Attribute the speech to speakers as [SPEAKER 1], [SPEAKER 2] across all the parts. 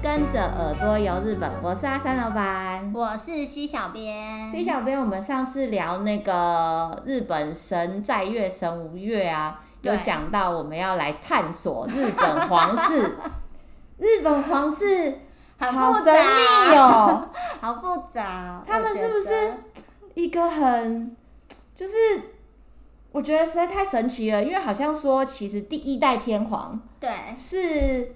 [SPEAKER 1] 跟着耳朵游日本，我是阿三老板。
[SPEAKER 2] 我是西小编，
[SPEAKER 1] 所以小编，我们上次聊那个日本神在月神无月啊，有
[SPEAKER 2] 对
[SPEAKER 1] 讲到我们要来探索日本皇 室。日本皇室
[SPEAKER 2] 很
[SPEAKER 1] 好
[SPEAKER 2] 复
[SPEAKER 1] 神
[SPEAKER 2] 杂，
[SPEAKER 1] 秘哦，
[SPEAKER 2] 好复杂。哦
[SPEAKER 1] 他们
[SPEAKER 2] 我觉
[SPEAKER 1] 是不是
[SPEAKER 2] 得
[SPEAKER 1] 一个很就是。我觉得实在太神奇了，因为好像说，其实第一代天皇
[SPEAKER 2] 对
[SPEAKER 1] 是，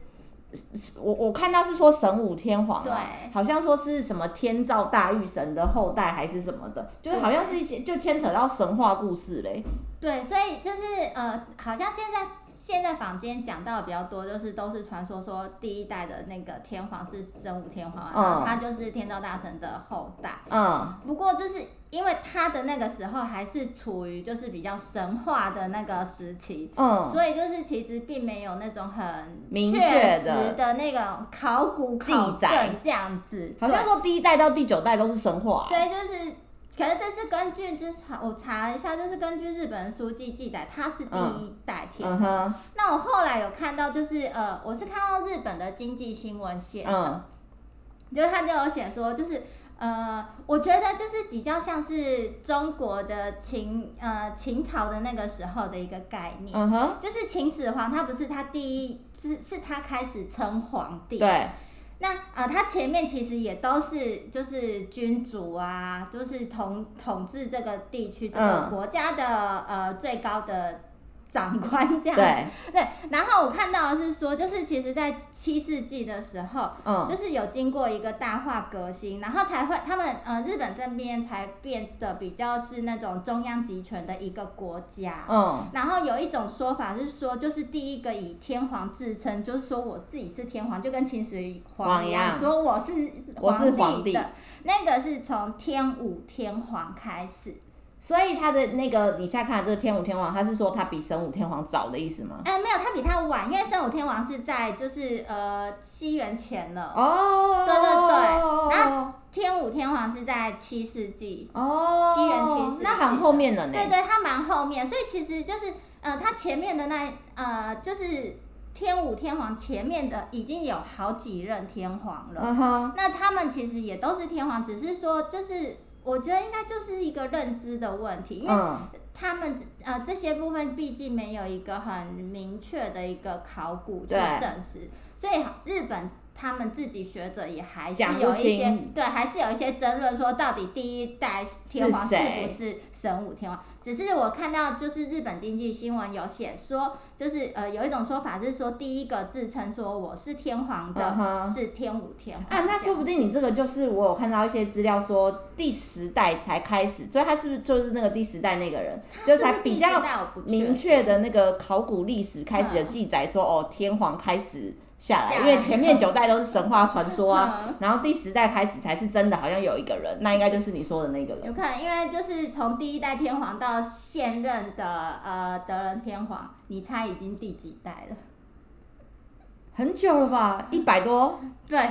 [SPEAKER 1] 是我我看到是说神武天皇、啊，
[SPEAKER 2] 对
[SPEAKER 1] 好像说是什么天照大御神的后代还是什么的，就是好像是一些就牵扯到神话故事嘞。
[SPEAKER 2] 对，所以就是呃，好像现在现在坊间讲到的比较多，就是都是传说说第一代的那个天皇是神武天皇，然
[SPEAKER 1] 嗯
[SPEAKER 2] 后他就是天照大神的后代。
[SPEAKER 1] 嗯，
[SPEAKER 2] 不过就是因为他的那个时候还是处于就是比较神话的那个时期，
[SPEAKER 1] 嗯，
[SPEAKER 2] 所以就是其实并没有那种很
[SPEAKER 1] 明确的
[SPEAKER 2] 确实的那种考古考
[SPEAKER 1] 记载
[SPEAKER 2] 证这样子，
[SPEAKER 1] 好像说第一代到第九代都是神话、啊
[SPEAKER 2] 对，对就是。可是这是根据，就是我查了一下，就是根据日本书记记载，他是第一代天
[SPEAKER 1] 嗯
[SPEAKER 2] 皇。
[SPEAKER 1] 哼，
[SPEAKER 2] 那我后来有看到，就是呃，我是看到日本的经济新闻写的，
[SPEAKER 1] 嗯
[SPEAKER 2] 就是他就有写说，就是呃，我觉得就是比较像是中国的秦呃秦朝的那个时候的一个概念，
[SPEAKER 1] 嗯哼，
[SPEAKER 2] 就是秦始皇他不是他第一是是他开始称皇帝，
[SPEAKER 1] 对，
[SPEAKER 2] 那呃他前面其实也都是就是君主啊，就是统统治这个地区这个
[SPEAKER 1] 嗯
[SPEAKER 2] 国家的、呃最高的长官这样
[SPEAKER 1] 对，
[SPEAKER 2] 对，然后我看到的是说，就是其实在七世纪的时候。
[SPEAKER 1] 嗯
[SPEAKER 2] 就是有经过一个大化革新，然后才会他们呃日本这边才变得比较是那种中央集权的一个国家。
[SPEAKER 1] 嗯，
[SPEAKER 2] 然后有一种说法是说，就是第一个以天皇自称，就是说我自己是天皇，就跟秦始皇
[SPEAKER 1] 皇一
[SPEAKER 2] 一样，
[SPEAKER 1] 样
[SPEAKER 2] 说我是
[SPEAKER 1] 我是皇
[SPEAKER 2] 皇
[SPEAKER 1] 帝
[SPEAKER 2] 帝的。那个是从天武天皇开始，
[SPEAKER 1] 所以他的那个你现在看的这个天武天皇，他是说他比神武天皇早的意思吗？
[SPEAKER 2] 哎、没有，他比他晚，因为圣武天皇是在就是呃西元前了，
[SPEAKER 1] 哦，
[SPEAKER 2] 对对对然
[SPEAKER 1] 后
[SPEAKER 2] 天武天皇是在七世纪，
[SPEAKER 1] 哦，
[SPEAKER 2] 西元前世纪
[SPEAKER 1] 那很后面了呢。
[SPEAKER 2] 对对，它蛮后面，所以其实就是呃，它前面的那呃，就是天武天皇前面的已经有好几任天皇了。
[SPEAKER 1] 嗯哼，
[SPEAKER 2] 那他们其实也都是天皇，只是说就是我觉得应该就是一个认知的问题，因为
[SPEAKER 1] 嗯
[SPEAKER 2] 他们呃这些部分毕竟没有一个很明确的一个考古去
[SPEAKER 1] 对
[SPEAKER 2] 证实，所以日本。他们自己学者也还是
[SPEAKER 1] 讲不
[SPEAKER 2] 有一些
[SPEAKER 1] 清
[SPEAKER 2] 对，还是有一些争论，说到底第一代天皇是
[SPEAKER 1] 谁
[SPEAKER 2] 不是神武天皇？只是我看到就是日本经济新闻有写说，就是呃有一种说法是说，第一个自称说我是天皇的
[SPEAKER 1] 嗯哼
[SPEAKER 2] 是天武天皇
[SPEAKER 1] 啊，那
[SPEAKER 2] 这
[SPEAKER 1] 说
[SPEAKER 2] 样
[SPEAKER 1] 不定你这个就是我有看到一些资料说第十代才开始，所以他是不是就是那个第十代那个人，
[SPEAKER 2] 啊
[SPEAKER 1] 就才比
[SPEAKER 2] 他是
[SPEAKER 1] 较
[SPEAKER 2] 不是第四代我不
[SPEAKER 1] 明
[SPEAKER 2] 确
[SPEAKER 1] 确的那个考古历史开始有
[SPEAKER 2] 嗯
[SPEAKER 1] 记载说哦，天皇开始下来，
[SPEAKER 2] 下
[SPEAKER 1] 因
[SPEAKER 2] 来
[SPEAKER 1] 为前面九代都是神话传说啊，
[SPEAKER 2] 嗯
[SPEAKER 1] 然后第十代开始才是真的，好像有一个人，那应该就是你说的那个人。
[SPEAKER 2] 有可能，因为就是从第一代天皇到现任的呃德仁天皇，你猜已经第几代了？
[SPEAKER 1] 很久了吧，一百多，
[SPEAKER 2] 对，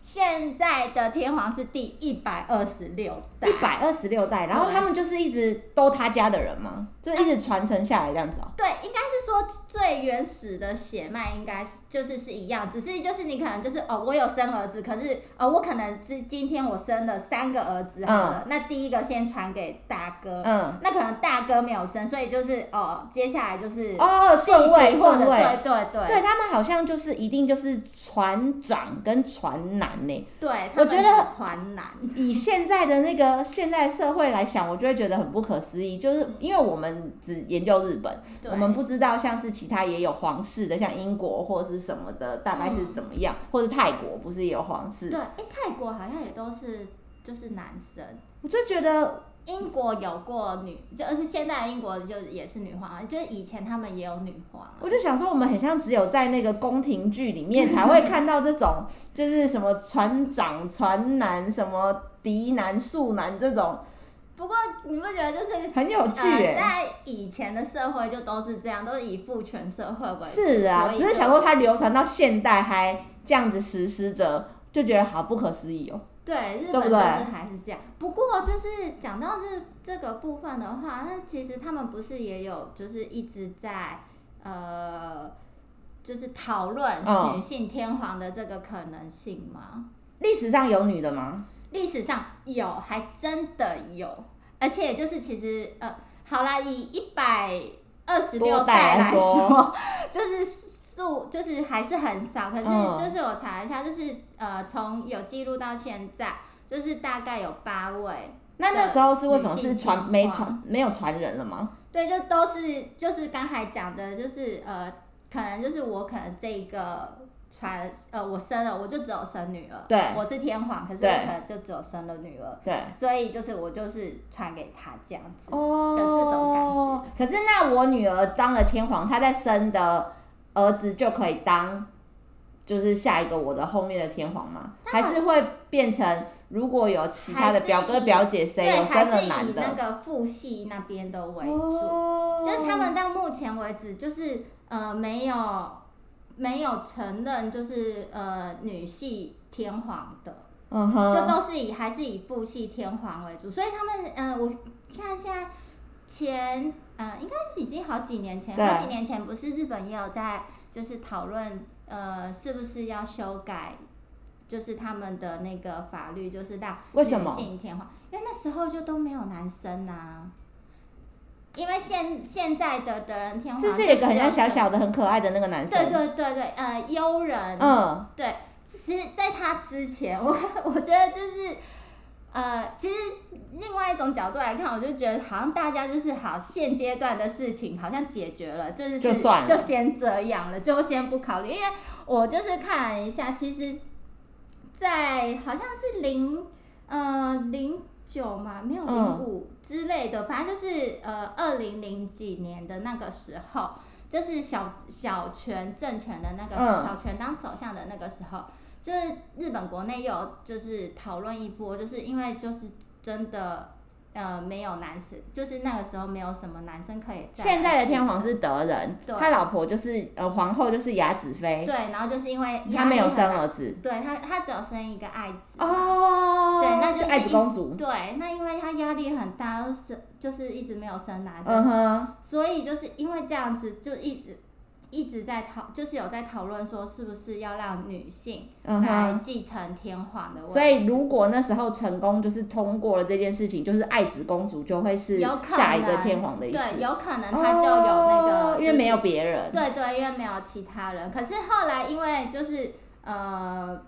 [SPEAKER 2] 现在的天皇是第一百二十六代，
[SPEAKER 1] 一百二十六代，然后
[SPEAKER 2] 对
[SPEAKER 1] 他们就是一直都他家的人嘛，就一直传承下来这样子哦、
[SPEAKER 2] 对，应该是说最原始的血脉应该是就是是一样，只是就是你可能就是哦，我有生儿子，可是哦，我可能今今天我生了三个儿子好了，那第一个先传给大哥，
[SPEAKER 1] 嗯，
[SPEAKER 2] 那可能大哥没有生，所以就是哦，接下来就是
[SPEAKER 1] 哦，顺位
[SPEAKER 2] 顺
[SPEAKER 1] 顺位，
[SPEAKER 2] 对对对
[SPEAKER 1] 对他们好像就是一定就是船长跟船男呢。
[SPEAKER 2] 对，
[SPEAKER 1] 我觉得
[SPEAKER 2] 传男，
[SPEAKER 1] 以现在的那个 现在社会来想，我就会觉得很不可思议，就是因为我们只研究日本，
[SPEAKER 2] 对
[SPEAKER 1] 我们不知道像是其他也有皇室的，像英国或者是什么的，大概是怎么样，或者泰国不是也有皇室
[SPEAKER 2] 嗯对，，哎、泰国好像也都是就是男生，
[SPEAKER 1] 我就觉得
[SPEAKER 2] 英国有过女，就是现在英国就也是女皇，就是以前他们也有女皇啊，
[SPEAKER 1] 我就想说，我们很像只有在那个宫廷剧里面才会看到这种，就是什么船长、船男、什么嫡男、庶男这种，
[SPEAKER 2] 不过你不觉得就是？
[SPEAKER 1] 很有趣哎、
[SPEAKER 2] 呃，在以前的社会就都是这样，都是以父权社会为主。
[SPEAKER 1] 是啊，
[SPEAKER 2] 所以
[SPEAKER 1] 只是
[SPEAKER 2] 就
[SPEAKER 1] 想说它流传到现代还这样子实施着，就觉得好不可思议哦。
[SPEAKER 2] 对，日
[SPEAKER 1] 对
[SPEAKER 2] 本
[SPEAKER 1] 不
[SPEAKER 2] 就
[SPEAKER 1] 对
[SPEAKER 2] 是还是这样。不过就是讲到这这个部分的话，那其实他们不是也有就是一直在呃就是讨论
[SPEAKER 1] 嗯
[SPEAKER 2] 女性天皇的这个可能性吗？
[SPEAKER 1] 历史上有女的吗？
[SPEAKER 2] 历史上有，还真的有，而且就是其实呃，好啦，以一百二十
[SPEAKER 1] 多
[SPEAKER 2] 六
[SPEAKER 1] 代
[SPEAKER 2] 代
[SPEAKER 1] 来
[SPEAKER 2] 来
[SPEAKER 1] 说
[SPEAKER 2] 说， 就是数就是还是很少。可是
[SPEAKER 1] 嗯
[SPEAKER 2] 就是我查了一下，就是呃，从有记录到现在，就是大概有八位。
[SPEAKER 1] 那那时候是为什么
[SPEAKER 2] 女性
[SPEAKER 1] 是
[SPEAKER 2] 情
[SPEAKER 1] 传没
[SPEAKER 2] 况
[SPEAKER 1] 传没有传人了吗？
[SPEAKER 2] 对，就都是就是刚才讲的，就是呃，可能就是我可能这个传呃，我生了，我就只有生女儿，
[SPEAKER 1] 对
[SPEAKER 2] 我是天皇，可是
[SPEAKER 1] 对
[SPEAKER 2] 我可能就只有生了女儿，
[SPEAKER 1] 对，
[SPEAKER 2] 所以就是我就是传给他这样子。
[SPEAKER 1] 哦
[SPEAKER 2] 的这种感觉。
[SPEAKER 1] 可是那我女儿当了天皇，她在生的儿子就可以当，就是下一个我的后面的天皇吗？还是会变成如果有其他的表哥
[SPEAKER 2] 还是以
[SPEAKER 1] 表姐谁
[SPEAKER 2] 对，
[SPEAKER 1] 有
[SPEAKER 2] 还
[SPEAKER 1] 生
[SPEAKER 2] 是
[SPEAKER 1] 了
[SPEAKER 2] 以
[SPEAKER 1] 男的？
[SPEAKER 2] 那个父系那边的为主，
[SPEAKER 1] 哦
[SPEAKER 2] 就是他们到目前为止就是呃没有没有承认就是呃女系天皇的。
[SPEAKER 1] 嗯
[SPEAKER 2] 就
[SPEAKER 1] 哼，
[SPEAKER 2] 都是以还是以父系天皇为主，所以他们嗯、呃我看现在前嗯、呃应该是已经好几年前，
[SPEAKER 1] 对
[SPEAKER 2] 好几年前不是日本也有在就是讨论呃是不是要修改，就是他们的那个法律，就是让
[SPEAKER 1] 为什么
[SPEAKER 2] 女性天皇？因为那时候就都没有男生呐、因为现现在的的人天皇
[SPEAKER 1] 是不是
[SPEAKER 2] 就
[SPEAKER 1] 有一个很
[SPEAKER 2] 只
[SPEAKER 1] 像小
[SPEAKER 2] 生
[SPEAKER 1] 小的、很可爱的那个男生？
[SPEAKER 2] 对对对对呃悠人
[SPEAKER 1] 嗯，
[SPEAKER 2] 对，其实在他之前，我我觉得就是，呃，其实另外一种角度来看，我就觉得好像大家就是好现阶段的事情好像解决了，就是
[SPEAKER 1] 就算了
[SPEAKER 2] 就先这样了，就先不考虑。因为我就是看了一下，其实，在好像是零呃零。九嘛，没有
[SPEAKER 1] 嗯
[SPEAKER 2] 零五之类的，反正就是呃，二零零几年的那个时候，就是小小泉政权的那个、
[SPEAKER 1] 嗯
[SPEAKER 2] 小泉当首相的那个时候，就是日本国内有就是讨论一波，就是因为就是真的呃没有男生，就是那个时候没有什么男生可以再来
[SPEAKER 1] 现在的天皇
[SPEAKER 2] 继
[SPEAKER 1] 是德仁，
[SPEAKER 2] 对
[SPEAKER 1] 他老婆就是呃皇后就是雅子妃，
[SPEAKER 2] 对，然后就是因为
[SPEAKER 1] 他没有生
[SPEAKER 2] 压力
[SPEAKER 1] 儿子
[SPEAKER 2] 很大，对他他只有生一个爱子。
[SPEAKER 1] 哦
[SPEAKER 2] 对那就是
[SPEAKER 1] 爱子公主，
[SPEAKER 2] 对，那因为他压力很大，就是就是一直没有生男生，
[SPEAKER 1] 嗯哼，
[SPEAKER 2] 所以就是因为这样子，就一直一直在讨，就是有在讨论说是不是要让女性
[SPEAKER 1] 嗯
[SPEAKER 2] 来
[SPEAKER 1] 哼。
[SPEAKER 2] 继承天皇的位置，
[SPEAKER 1] 所以，如果那时候成功就是通过了这件事情，就是爱子公主就会是
[SPEAKER 2] 有可能
[SPEAKER 1] 下一个天皇的意思。
[SPEAKER 2] 对，有可能他就有那个，
[SPEAKER 1] 哦
[SPEAKER 2] 就是
[SPEAKER 1] 因为没有别人。
[SPEAKER 2] 对对，因为没有其他人。可是后来因为就是呃，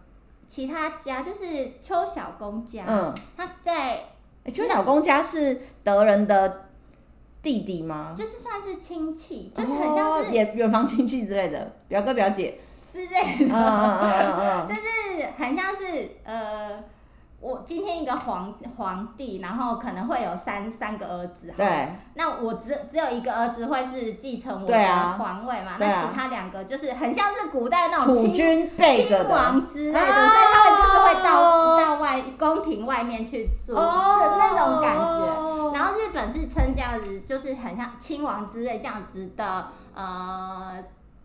[SPEAKER 2] 其他家就是邱小公家，
[SPEAKER 1] 嗯，
[SPEAKER 2] 他在
[SPEAKER 1] 诶邱小公家是德仁的弟弟吗？
[SPEAKER 2] 就是算是亲戚，就是很像
[SPEAKER 1] 哦
[SPEAKER 2] 是
[SPEAKER 1] 也远房亲戚之类的，表哥表姐。
[SPEAKER 2] 之类
[SPEAKER 1] 嗯
[SPEAKER 2] 的，
[SPEAKER 1] 嗯嗯嗯嗯，
[SPEAKER 2] 就是很像是呃。我今天一个皇皇帝，然后可能会有三三个儿 子，，
[SPEAKER 1] 对，
[SPEAKER 2] 那我只只有一个儿子会是继承我
[SPEAKER 1] 对
[SPEAKER 2] 的
[SPEAKER 1] 啊
[SPEAKER 2] 皇位嘛，
[SPEAKER 1] 对
[SPEAKER 2] 那
[SPEAKER 1] 啊
[SPEAKER 2] 其他两个就是很像是古代那
[SPEAKER 1] 楚
[SPEAKER 2] 种亲
[SPEAKER 1] 军背着的。
[SPEAKER 2] 亲王之类的，所以
[SPEAKER 1] 啊
[SPEAKER 2] 他们就是会到、
[SPEAKER 1] 哦
[SPEAKER 2] 到外宫廷外面去住，这那种感觉。
[SPEAKER 1] 觉。
[SPEAKER 2] 然后日本是称这样子，就是很像亲王之类这样子的呃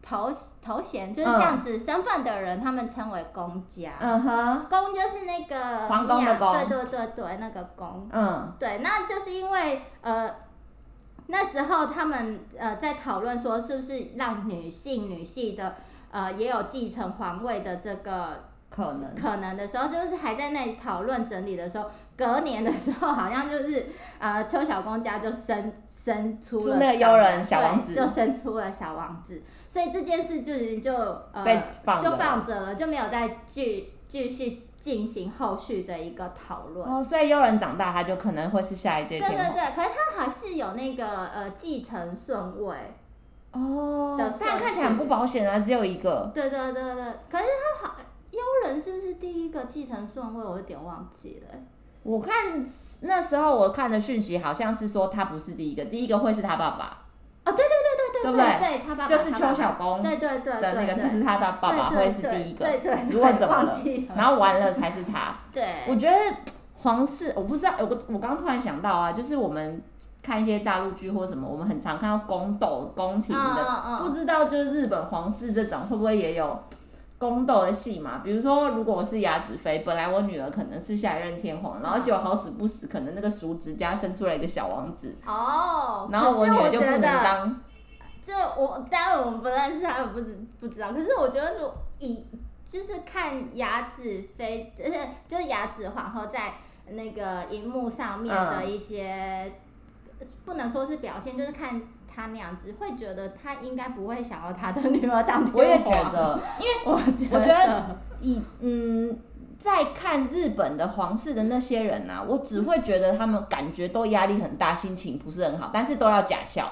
[SPEAKER 2] 头头衔，就是这样子身份的人，他们称为公家。
[SPEAKER 1] 嗯哼，
[SPEAKER 2] 公就是那个
[SPEAKER 1] 皇宫的宫
[SPEAKER 2] 对对对对，那个宫。
[SPEAKER 1] 嗯
[SPEAKER 2] 对，那就是因为呃，那时候他们呃在讨论说，是不是让女性女系的呃也有继承皇位的这个
[SPEAKER 1] 可能。
[SPEAKER 2] 可能的时候，就是还在那里讨论整理的时候，隔年的时候好像就是呃邱小公家就生生出
[SPEAKER 1] 出
[SPEAKER 2] 了
[SPEAKER 1] 那个
[SPEAKER 2] 长
[SPEAKER 1] 悠人
[SPEAKER 2] 男
[SPEAKER 1] 小
[SPEAKER 2] 对
[SPEAKER 1] 王子
[SPEAKER 2] 就生出了小王子，所以这件事就是就呃
[SPEAKER 1] 被放着
[SPEAKER 2] 就
[SPEAKER 1] 了
[SPEAKER 2] 放着了，就没有再继继续进行后续的一个讨论。
[SPEAKER 1] 哦，所以悠人长大，他就可能会是下一届
[SPEAKER 2] 对
[SPEAKER 1] 天
[SPEAKER 2] 对
[SPEAKER 1] 皇。
[SPEAKER 2] 对，可是他还是有那个呃继承顺位。
[SPEAKER 1] 哦
[SPEAKER 2] 的，
[SPEAKER 1] 但
[SPEAKER 2] 顺
[SPEAKER 1] 看起来很
[SPEAKER 2] 序
[SPEAKER 1] 不保险啊，只有一个。
[SPEAKER 2] 对对对对，可是他好幽人是不是第一个继承顺位？我有点忘记了欸、
[SPEAKER 1] 我看那时候我看的讯息好像是说他不是第一个，第一个会是他爸爸，
[SPEAKER 2] 哦，对对对对
[SPEAKER 1] 对不
[SPEAKER 2] 对
[SPEAKER 1] 对
[SPEAKER 2] 对，他爸爸
[SPEAKER 1] 就是
[SPEAKER 2] 他
[SPEAKER 1] 邱
[SPEAKER 2] 爸
[SPEAKER 1] 小
[SPEAKER 2] 爸
[SPEAKER 1] 公的
[SPEAKER 2] 对对对对
[SPEAKER 1] 那个，
[SPEAKER 2] 对
[SPEAKER 1] 就是他的爸爸
[SPEAKER 2] 对
[SPEAKER 1] 会
[SPEAKER 2] 对
[SPEAKER 1] 是
[SPEAKER 2] 对
[SPEAKER 1] 第一个，
[SPEAKER 2] 对对对
[SPEAKER 1] 如果怎么
[SPEAKER 2] 忘
[SPEAKER 1] 了
[SPEAKER 2] 记了，
[SPEAKER 1] 然后完了才是他。
[SPEAKER 2] 对
[SPEAKER 1] 我觉得皇室，我不知道，我我刚突然想到啊，就是我们看一些大陆剧或什么，我们很常看到宫斗、宫廷的，
[SPEAKER 2] 嗯嗯
[SPEAKER 1] 不
[SPEAKER 2] 嗯
[SPEAKER 1] 知道就是日本皇室这种会不会也有宫斗的戏嘛？比如说，如果我是雅子妃，本来我女儿可能是下一任天
[SPEAKER 2] 嗯
[SPEAKER 1] 皇，然后结果好死不死，可能那个叔侄家生出来一个小王子，
[SPEAKER 2] 哦，
[SPEAKER 1] 然后
[SPEAKER 2] 可
[SPEAKER 1] 我
[SPEAKER 2] 是
[SPEAKER 1] 女
[SPEAKER 2] 我
[SPEAKER 1] 儿就不
[SPEAKER 2] 觉
[SPEAKER 1] 能
[SPEAKER 2] 得
[SPEAKER 1] 当
[SPEAKER 2] 这我当然我们不认识他，我不知不知道。可是我觉得如以就是看雅子妃，就是呃就是雅子皇后在那个荧幕上面的一些，不能说是表现，就是看她那样子，会觉得她应该不会想要她的女儿当天
[SPEAKER 1] 我也
[SPEAKER 2] 皇
[SPEAKER 1] 觉，得，因为
[SPEAKER 2] 我觉
[SPEAKER 1] 我觉得以嗯，在看日本的皇室的那些人啊呐、我只会觉得他们感觉都压力很大，心情不是很好，但是都要假笑，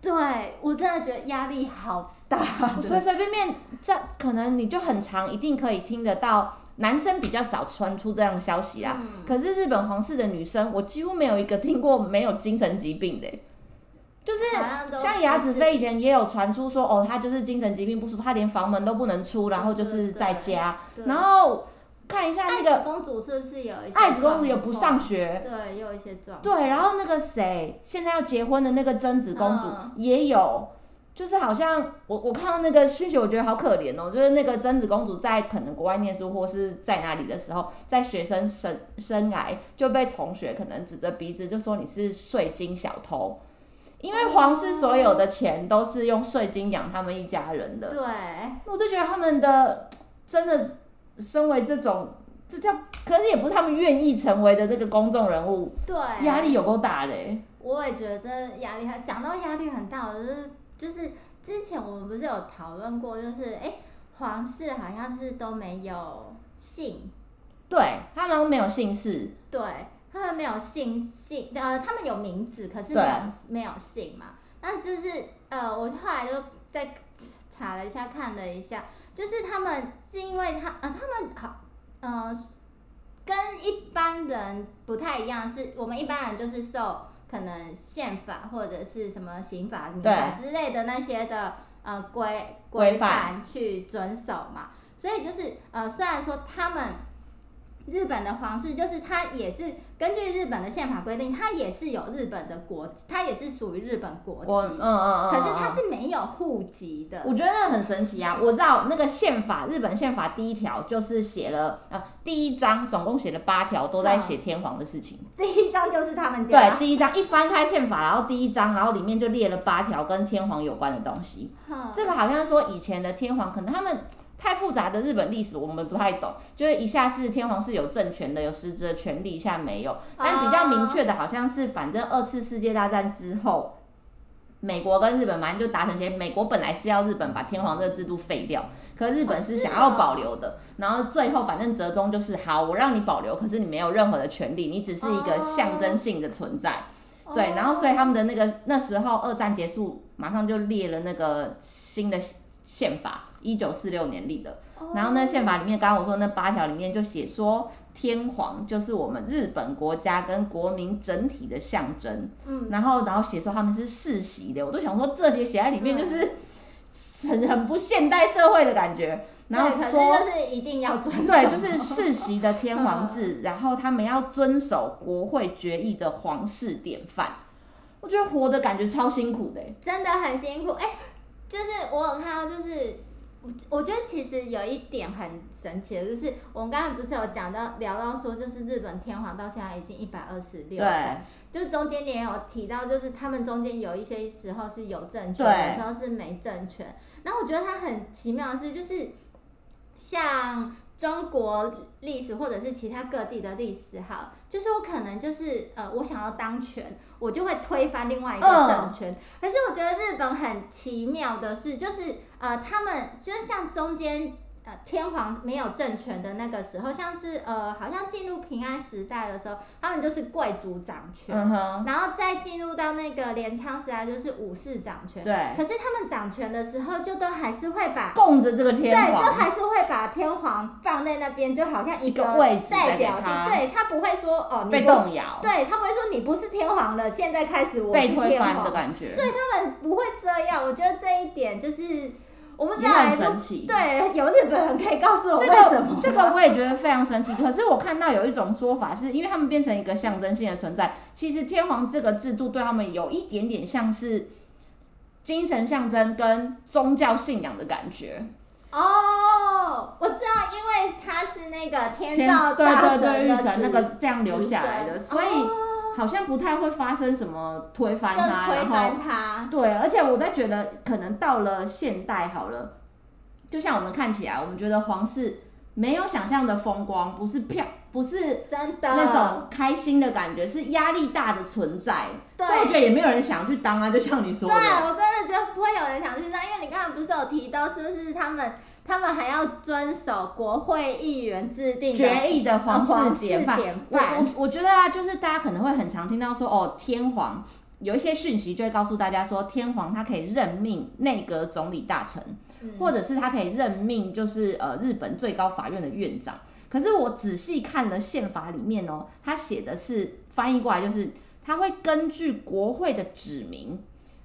[SPEAKER 2] 对我真的觉得压力好大。
[SPEAKER 1] 随随便便这可能你就很长，一定可以听得到。男生比较少传出这样的消息啦，
[SPEAKER 2] 嗯
[SPEAKER 1] 可是日本皇室的女生，我几乎没有一个听过没有精神疾病的欸、 就是
[SPEAKER 2] 好像都
[SPEAKER 1] 像雅子妃以前也有传出说，哦，她就是精神疾病不舒服，她连房门都不能出，然后就是在家，
[SPEAKER 2] 对
[SPEAKER 1] 然后看一下那
[SPEAKER 2] 爱
[SPEAKER 1] 个
[SPEAKER 2] 子公主是不是有一些
[SPEAKER 1] 爱子公主也不
[SPEAKER 2] 状况
[SPEAKER 1] 上学，
[SPEAKER 2] 对，也有一些状况。
[SPEAKER 1] 对，然后那个谁现在要结婚的那个贞子公主
[SPEAKER 2] 嗯
[SPEAKER 1] 也有，就是好像我我看到那个讯息，我觉得好可怜哦，就是那个贞子公主在可能国外念书或是在哪里的时候，在学生生生涯就被同学可能指着鼻子就说你是税金小偷。因为皇室所有的钱都是用税金养他们一家人的，
[SPEAKER 2] 对，
[SPEAKER 1] 我就觉得他们的真的，身为这种，这叫，可是也不是他们愿意成为的这个公众人物，
[SPEAKER 2] 对，
[SPEAKER 1] 压力有够大的欸、
[SPEAKER 2] 我也觉得这压力很，讲到压力很大，我就是就是之前我们不是有讨论过，就是哎、诶皇室好像是都没有姓，
[SPEAKER 1] 对他们没有姓氏，
[SPEAKER 2] 对他们没有姓姓，呃，他们有名字，可是没
[SPEAKER 1] 对啊
[SPEAKER 2] 有没有姓嘛。但是就是呃，我后来就在查了一下，看了一下，就是他们是因为他呃，他们好呃，跟一般人不太一样，是我们一般人就是受可能宪法或者是什么刑法、民法之类的那些的呃规
[SPEAKER 1] 规
[SPEAKER 2] 规
[SPEAKER 1] 范
[SPEAKER 2] 范去遵守嘛。所以就是呃，虽然说他们日本的皇室，就是它也是根据日本的宪法规定，它也是有日本的国籍，它也是属于日本国籍，
[SPEAKER 1] 我嗯嗯嗯，
[SPEAKER 2] 可是它
[SPEAKER 1] 嗯
[SPEAKER 2] 是没有户籍 的。
[SPEAKER 1] 我觉得那很神奇啊！我知道那个宪法，日本宪法第一条就是写了呃，第一章总共写了八条，都
[SPEAKER 2] 嗯
[SPEAKER 1] 在写天皇的事情。
[SPEAKER 2] 第一张就是他们家，
[SPEAKER 1] 对，第一章一翻开宪法，然后第一章，然后里面就列了八条跟天皇有关的东西。
[SPEAKER 2] 哼
[SPEAKER 1] 这个好像说以前的天皇，可能他们太复杂的日本历史我们不太懂，就是一下是天皇是有政权的，有实质的权利，一下没有。但比较明确的好像是，反正二次世界大战之后。美国跟日本反正就达成协议，美国本来是要日本把天皇这个制度废掉，可日本是想要保留的，然后最后反正折中就是好，我让你保留，可是你没有任何的权利，你只是一个象征性的存在。
[SPEAKER 2] 哦
[SPEAKER 1] 对，然后所以他们的那个那时候二战结束，马上就列了那个新的宪法，一九四六年立的。
[SPEAKER 2] 哦
[SPEAKER 1] 然后呢，宪法里面刚刚我说那八条里面就写说，天皇就是我们日本国家跟国民整体的象征。嗯，然后然后写说他们是世袭的，我都想说这些写在里面就是很很不现代社会的感觉。然后
[SPEAKER 2] 对可是
[SPEAKER 1] 说
[SPEAKER 2] 就是一定要尊 重，
[SPEAKER 1] 对，就是世袭的天皇制，然后他们要遵守国会决议的皇室典范。我觉得活的感觉超辛苦的欸、
[SPEAKER 2] 真的很辛苦。哎、就是我有看到，就是我我觉得其实有一点很神奇的，就是我们刚刚不是有讲到聊到说，就是日本天皇到现在已经一百二十六，
[SPEAKER 1] 对，
[SPEAKER 2] 就是中间你也有提到，就是他们中间有一些时候是有政权，有
[SPEAKER 1] 对
[SPEAKER 2] 时候是没政权。然后我觉得它很奇妙的是，就是像中国历史或者是其他各地的历史，哈，就是我可能就是呃，我想要当权，我就会推翻另外一个
[SPEAKER 1] 嗯
[SPEAKER 2] 政权。可是我觉得日本很奇妙的是，就是呃，他们就是像中间呃天皇没有政权的那个时候，像是呃，好像进入平安时代的时候，他们就是贵族掌权，
[SPEAKER 1] 嗯哼，
[SPEAKER 2] 然后再进入到那个镰仓时代就是武士掌权。
[SPEAKER 1] 对，
[SPEAKER 2] 可是他们掌权的时候，就都还是会把
[SPEAKER 1] 供着这个
[SPEAKER 2] 对，
[SPEAKER 1] 天
[SPEAKER 2] 就
[SPEAKER 1] 皇，
[SPEAKER 2] 还是会把天皇放在那边，就好像一
[SPEAKER 1] 一个位置
[SPEAKER 2] 代
[SPEAKER 1] 再
[SPEAKER 2] 表
[SPEAKER 1] 给
[SPEAKER 2] 性，
[SPEAKER 1] 他
[SPEAKER 2] 对他不会说哦，你
[SPEAKER 1] 被
[SPEAKER 2] 不是，
[SPEAKER 1] 动摇，
[SPEAKER 2] 对他不会说你不是天皇了，现在开始我是
[SPEAKER 1] 被
[SPEAKER 2] 天
[SPEAKER 1] 推翻
[SPEAKER 2] 皇
[SPEAKER 1] 的感觉，
[SPEAKER 2] 对他们不会这样，我觉得这一点就是我不知
[SPEAKER 1] 也
[SPEAKER 2] 道欸，
[SPEAKER 1] 很神奇。
[SPEAKER 2] 对，有日本人可以告诉我为
[SPEAKER 1] 这
[SPEAKER 2] 什
[SPEAKER 1] 个
[SPEAKER 2] 么？
[SPEAKER 1] 这个我也觉得非常神奇。可是我看到有一种说法是，因为他们变成一个象征性的存在，其实天皇这个制度对他们有一点点像是精神象征跟宗教信仰的感觉。
[SPEAKER 2] 哦，我知道，因为他是那个天
[SPEAKER 1] 天
[SPEAKER 2] 照
[SPEAKER 1] 对
[SPEAKER 2] 大
[SPEAKER 1] 对
[SPEAKER 2] 神
[SPEAKER 1] 对，
[SPEAKER 2] 的
[SPEAKER 1] 御神那
[SPEAKER 2] 子
[SPEAKER 1] 个这样留下来的，
[SPEAKER 2] 子
[SPEAKER 1] 所
[SPEAKER 2] 孙
[SPEAKER 1] 以
[SPEAKER 2] 哦
[SPEAKER 1] 好像不太会发生什么推翻
[SPEAKER 2] 就
[SPEAKER 1] 它，
[SPEAKER 2] 推
[SPEAKER 1] 然后
[SPEAKER 2] 翻他，
[SPEAKER 1] 对，而且我在觉得可能到了现代好了，就像我们看起来，我们觉得皇室没有想象的风光，不是漂，不是
[SPEAKER 2] 真的
[SPEAKER 1] 那种开心的感觉，是压力大的存在。
[SPEAKER 2] 对
[SPEAKER 1] 所以我觉得也没有人想去当啊，就像你说
[SPEAKER 2] 对，
[SPEAKER 1] 的，
[SPEAKER 2] 我真的觉得不会有人想去上，因为你刚刚不是有提到，是不是他们他们还要遵守国会议员制定的呃
[SPEAKER 1] 决议的皇
[SPEAKER 2] 皇
[SPEAKER 1] 室
[SPEAKER 2] 室
[SPEAKER 1] 典范。
[SPEAKER 2] 典
[SPEAKER 1] 我
[SPEAKER 2] 范？
[SPEAKER 1] 我我觉得啊，就是大家可能会很常听到说，哦，天皇有一些讯息就会告诉大家说，天皇他可以任命内阁总理大臣，
[SPEAKER 2] 嗯
[SPEAKER 1] 或者是他可以任命就是呃日本最高法院的院长。可是我仔细看了宪法里面哦，他写的是翻译过来就是他会根据国会的指名，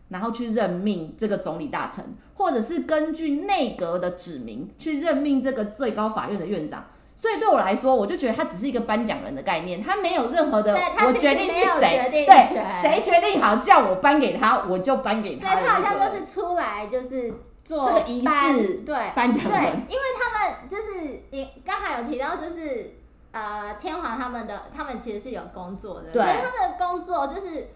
[SPEAKER 1] 然后去任命这个总理大臣，或者是根据内阁的指名去任命这个最高法院的院长。所以对我来说，我就觉得他只是一个颁奖人的概念，他没有任何的
[SPEAKER 2] 对他
[SPEAKER 1] 我
[SPEAKER 2] 其实
[SPEAKER 1] 决定
[SPEAKER 2] 没有
[SPEAKER 1] 是谁
[SPEAKER 2] 决，定
[SPEAKER 1] 对
[SPEAKER 2] 权
[SPEAKER 1] 谁决定好叫我颁给他，我就颁给
[SPEAKER 2] 对
[SPEAKER 1] 他的那个。
[SPEAKER 2] 他好像就是出来就是做
[SPEAKER 1] 这个仪
[SPEAKER 2] 班
[SPEAKER 1] 式
[SPEAKER 2] 对
[SPEAKER 1] 颁奖
[SPEAKER 2] 对
[SPEAKER 1] 人，，
[SPEAKER 2] 因为他们就是你刚才有提到，就是呃，天皇他们的他们其实是有工作的，
[SPEAKER 1] 对
[SPEAKER 2] 可是他们的工作就是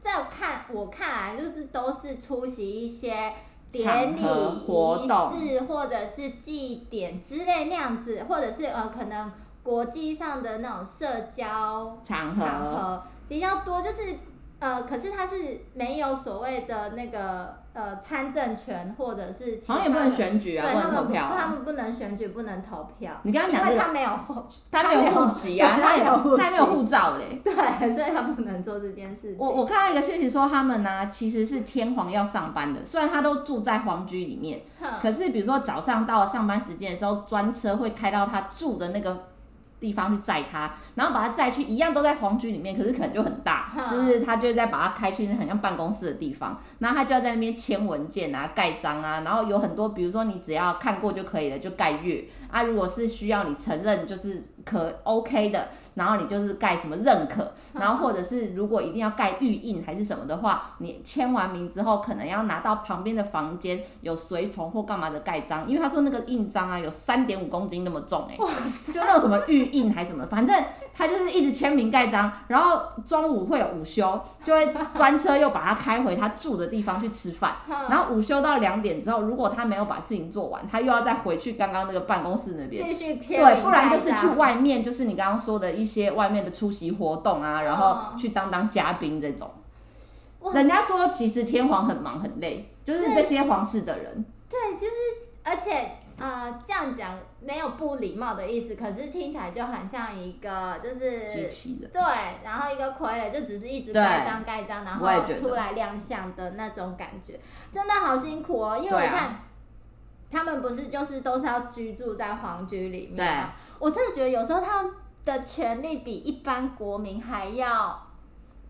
[SPEAKER 2] 在我看我看来，就是都是出席一些典礼
[SPEAKER 1] 场合活动
[SPEAKER 2] 仪式，或者是祭典之类那样子，或者是呃，可能国际上的那种社交
[SPEAKER 1] 场
[SPEAKER 2] 场
[SPEAKER 1] 合。
[SPEAKER 2] 合比较多，就是呃，可是他是没有所谓的那个呃参政权，或者是其
[SPEAKER 1] 好像也不能
[SPEAKER 2] 他的
[SPEAKER 1] 选举啊，
[SPEAKER 2] 对
[SPEAKER 1] 不
[SPEAKER 2] 他
[SPEAKER 1] 能
[SPEAKER 2] 们
[SPEAKER 1] 投票、
[SPEAKER 2] 不他
[SPEAKER 1] 啊。
[SPEAKER 2] 们不能选举，不能投票，
[SPEAKER 1] 你刚刚
[SPEAKER 2] 因
[SPEAKER 1] 讲这
[SPEAKER 2] 为
[SPEAKER 1] 个，
[SPEAKER 2] 他没有户，
[SPEAKER 1] 他没有户籍啊，
[SPEAKER 2] 他
[SPEAKER 1] 他
[SPEAKER 2] 没
[SPEAKER 1] 也
[SPEAKER 2] 有户籍
[SPEAKER 1] 他也没有护照嘞。
[SPEAKER 2] 对，所以他不能做这件事情。
[SPEAKER 1] 我我看到一个讯息说，他们呢、其实是天皇要上班的，虽然他都住在皇居里面，
[SPEAKER 2] 哼
[SPEAKER 1] 可是比如说早上到了上班时间的时候，专车会开到他住的那个地方去载他，然后把他载去一样都在皇居里面，可是可能就很大，
[SPEAKER 2] 嗯
[SPEAKER 1] 就是他就会再把他开去很像办公室的地方，然后他就要在那边签文件啊、盖章啊，然后有很多，比如说你只要看过就可以了，就盖月啊。如果是需要你承认就是可 OK 的，然后你就是盖什么认可，然后或者是如果一定要盖玉印还是什么的话，你签完名之后，可能要拿到旁边的房间有随从或干嘛的盖章，因为他说那个印章啊有三点五公斤那么重哎、 就那种什么玉印还是什么，反正他就是一直签名盖章，然后中午会有午休，就会专车又把他开回他住的地方去吃饭，
[SPEAKER 2] 哼
[SPEAKER 1] 然后午休到两点之后，如果他没有把事情做完，他又要再回去刚刚那个办公室那边。
[SPEAKER 2] 继续贴
[SPEAKER 1] 对，不然就是去
[SPEAKER 2] 外。
[SPEAKER 1] 外面，就是你刚刚说的一些外面的出席活动啊，然后
[SPEAKER 2] 哦
[SPEAKER 1] 去当当嘉宾这种。
[SPEAKER 2] 哇
[SPEAKER 1] 人家说其实天皇很忙很累，就是这些皇室的人，
[SPEAKER 2] 对，就是而且呃，这样讲没有不礼貌的意思，可是听起来就很像一个就是
[SPEAKER 1] 机器人。
[SPEAKER 2] 对，然后一个傀儡就只是一直
[SPEAKER 1] 对
[SPEAKER 2] 盖章盖章，然
[SPEAKER 1] 我也
[SPEAKER 2] 后
[SPEAKER 1] 觉得
[SPEAKER 2] 出来亮相的那种感觉，真的好辛苦哦。因为
[SPEAKER 1] 对啊
[SPEAKER 2] 我看、他们不是就是都是要居住在皇居里面
[SPEAKER 1] 对
[SPEAKER 2] 吗？我真的觉得有时候他们的权利比一般国民还要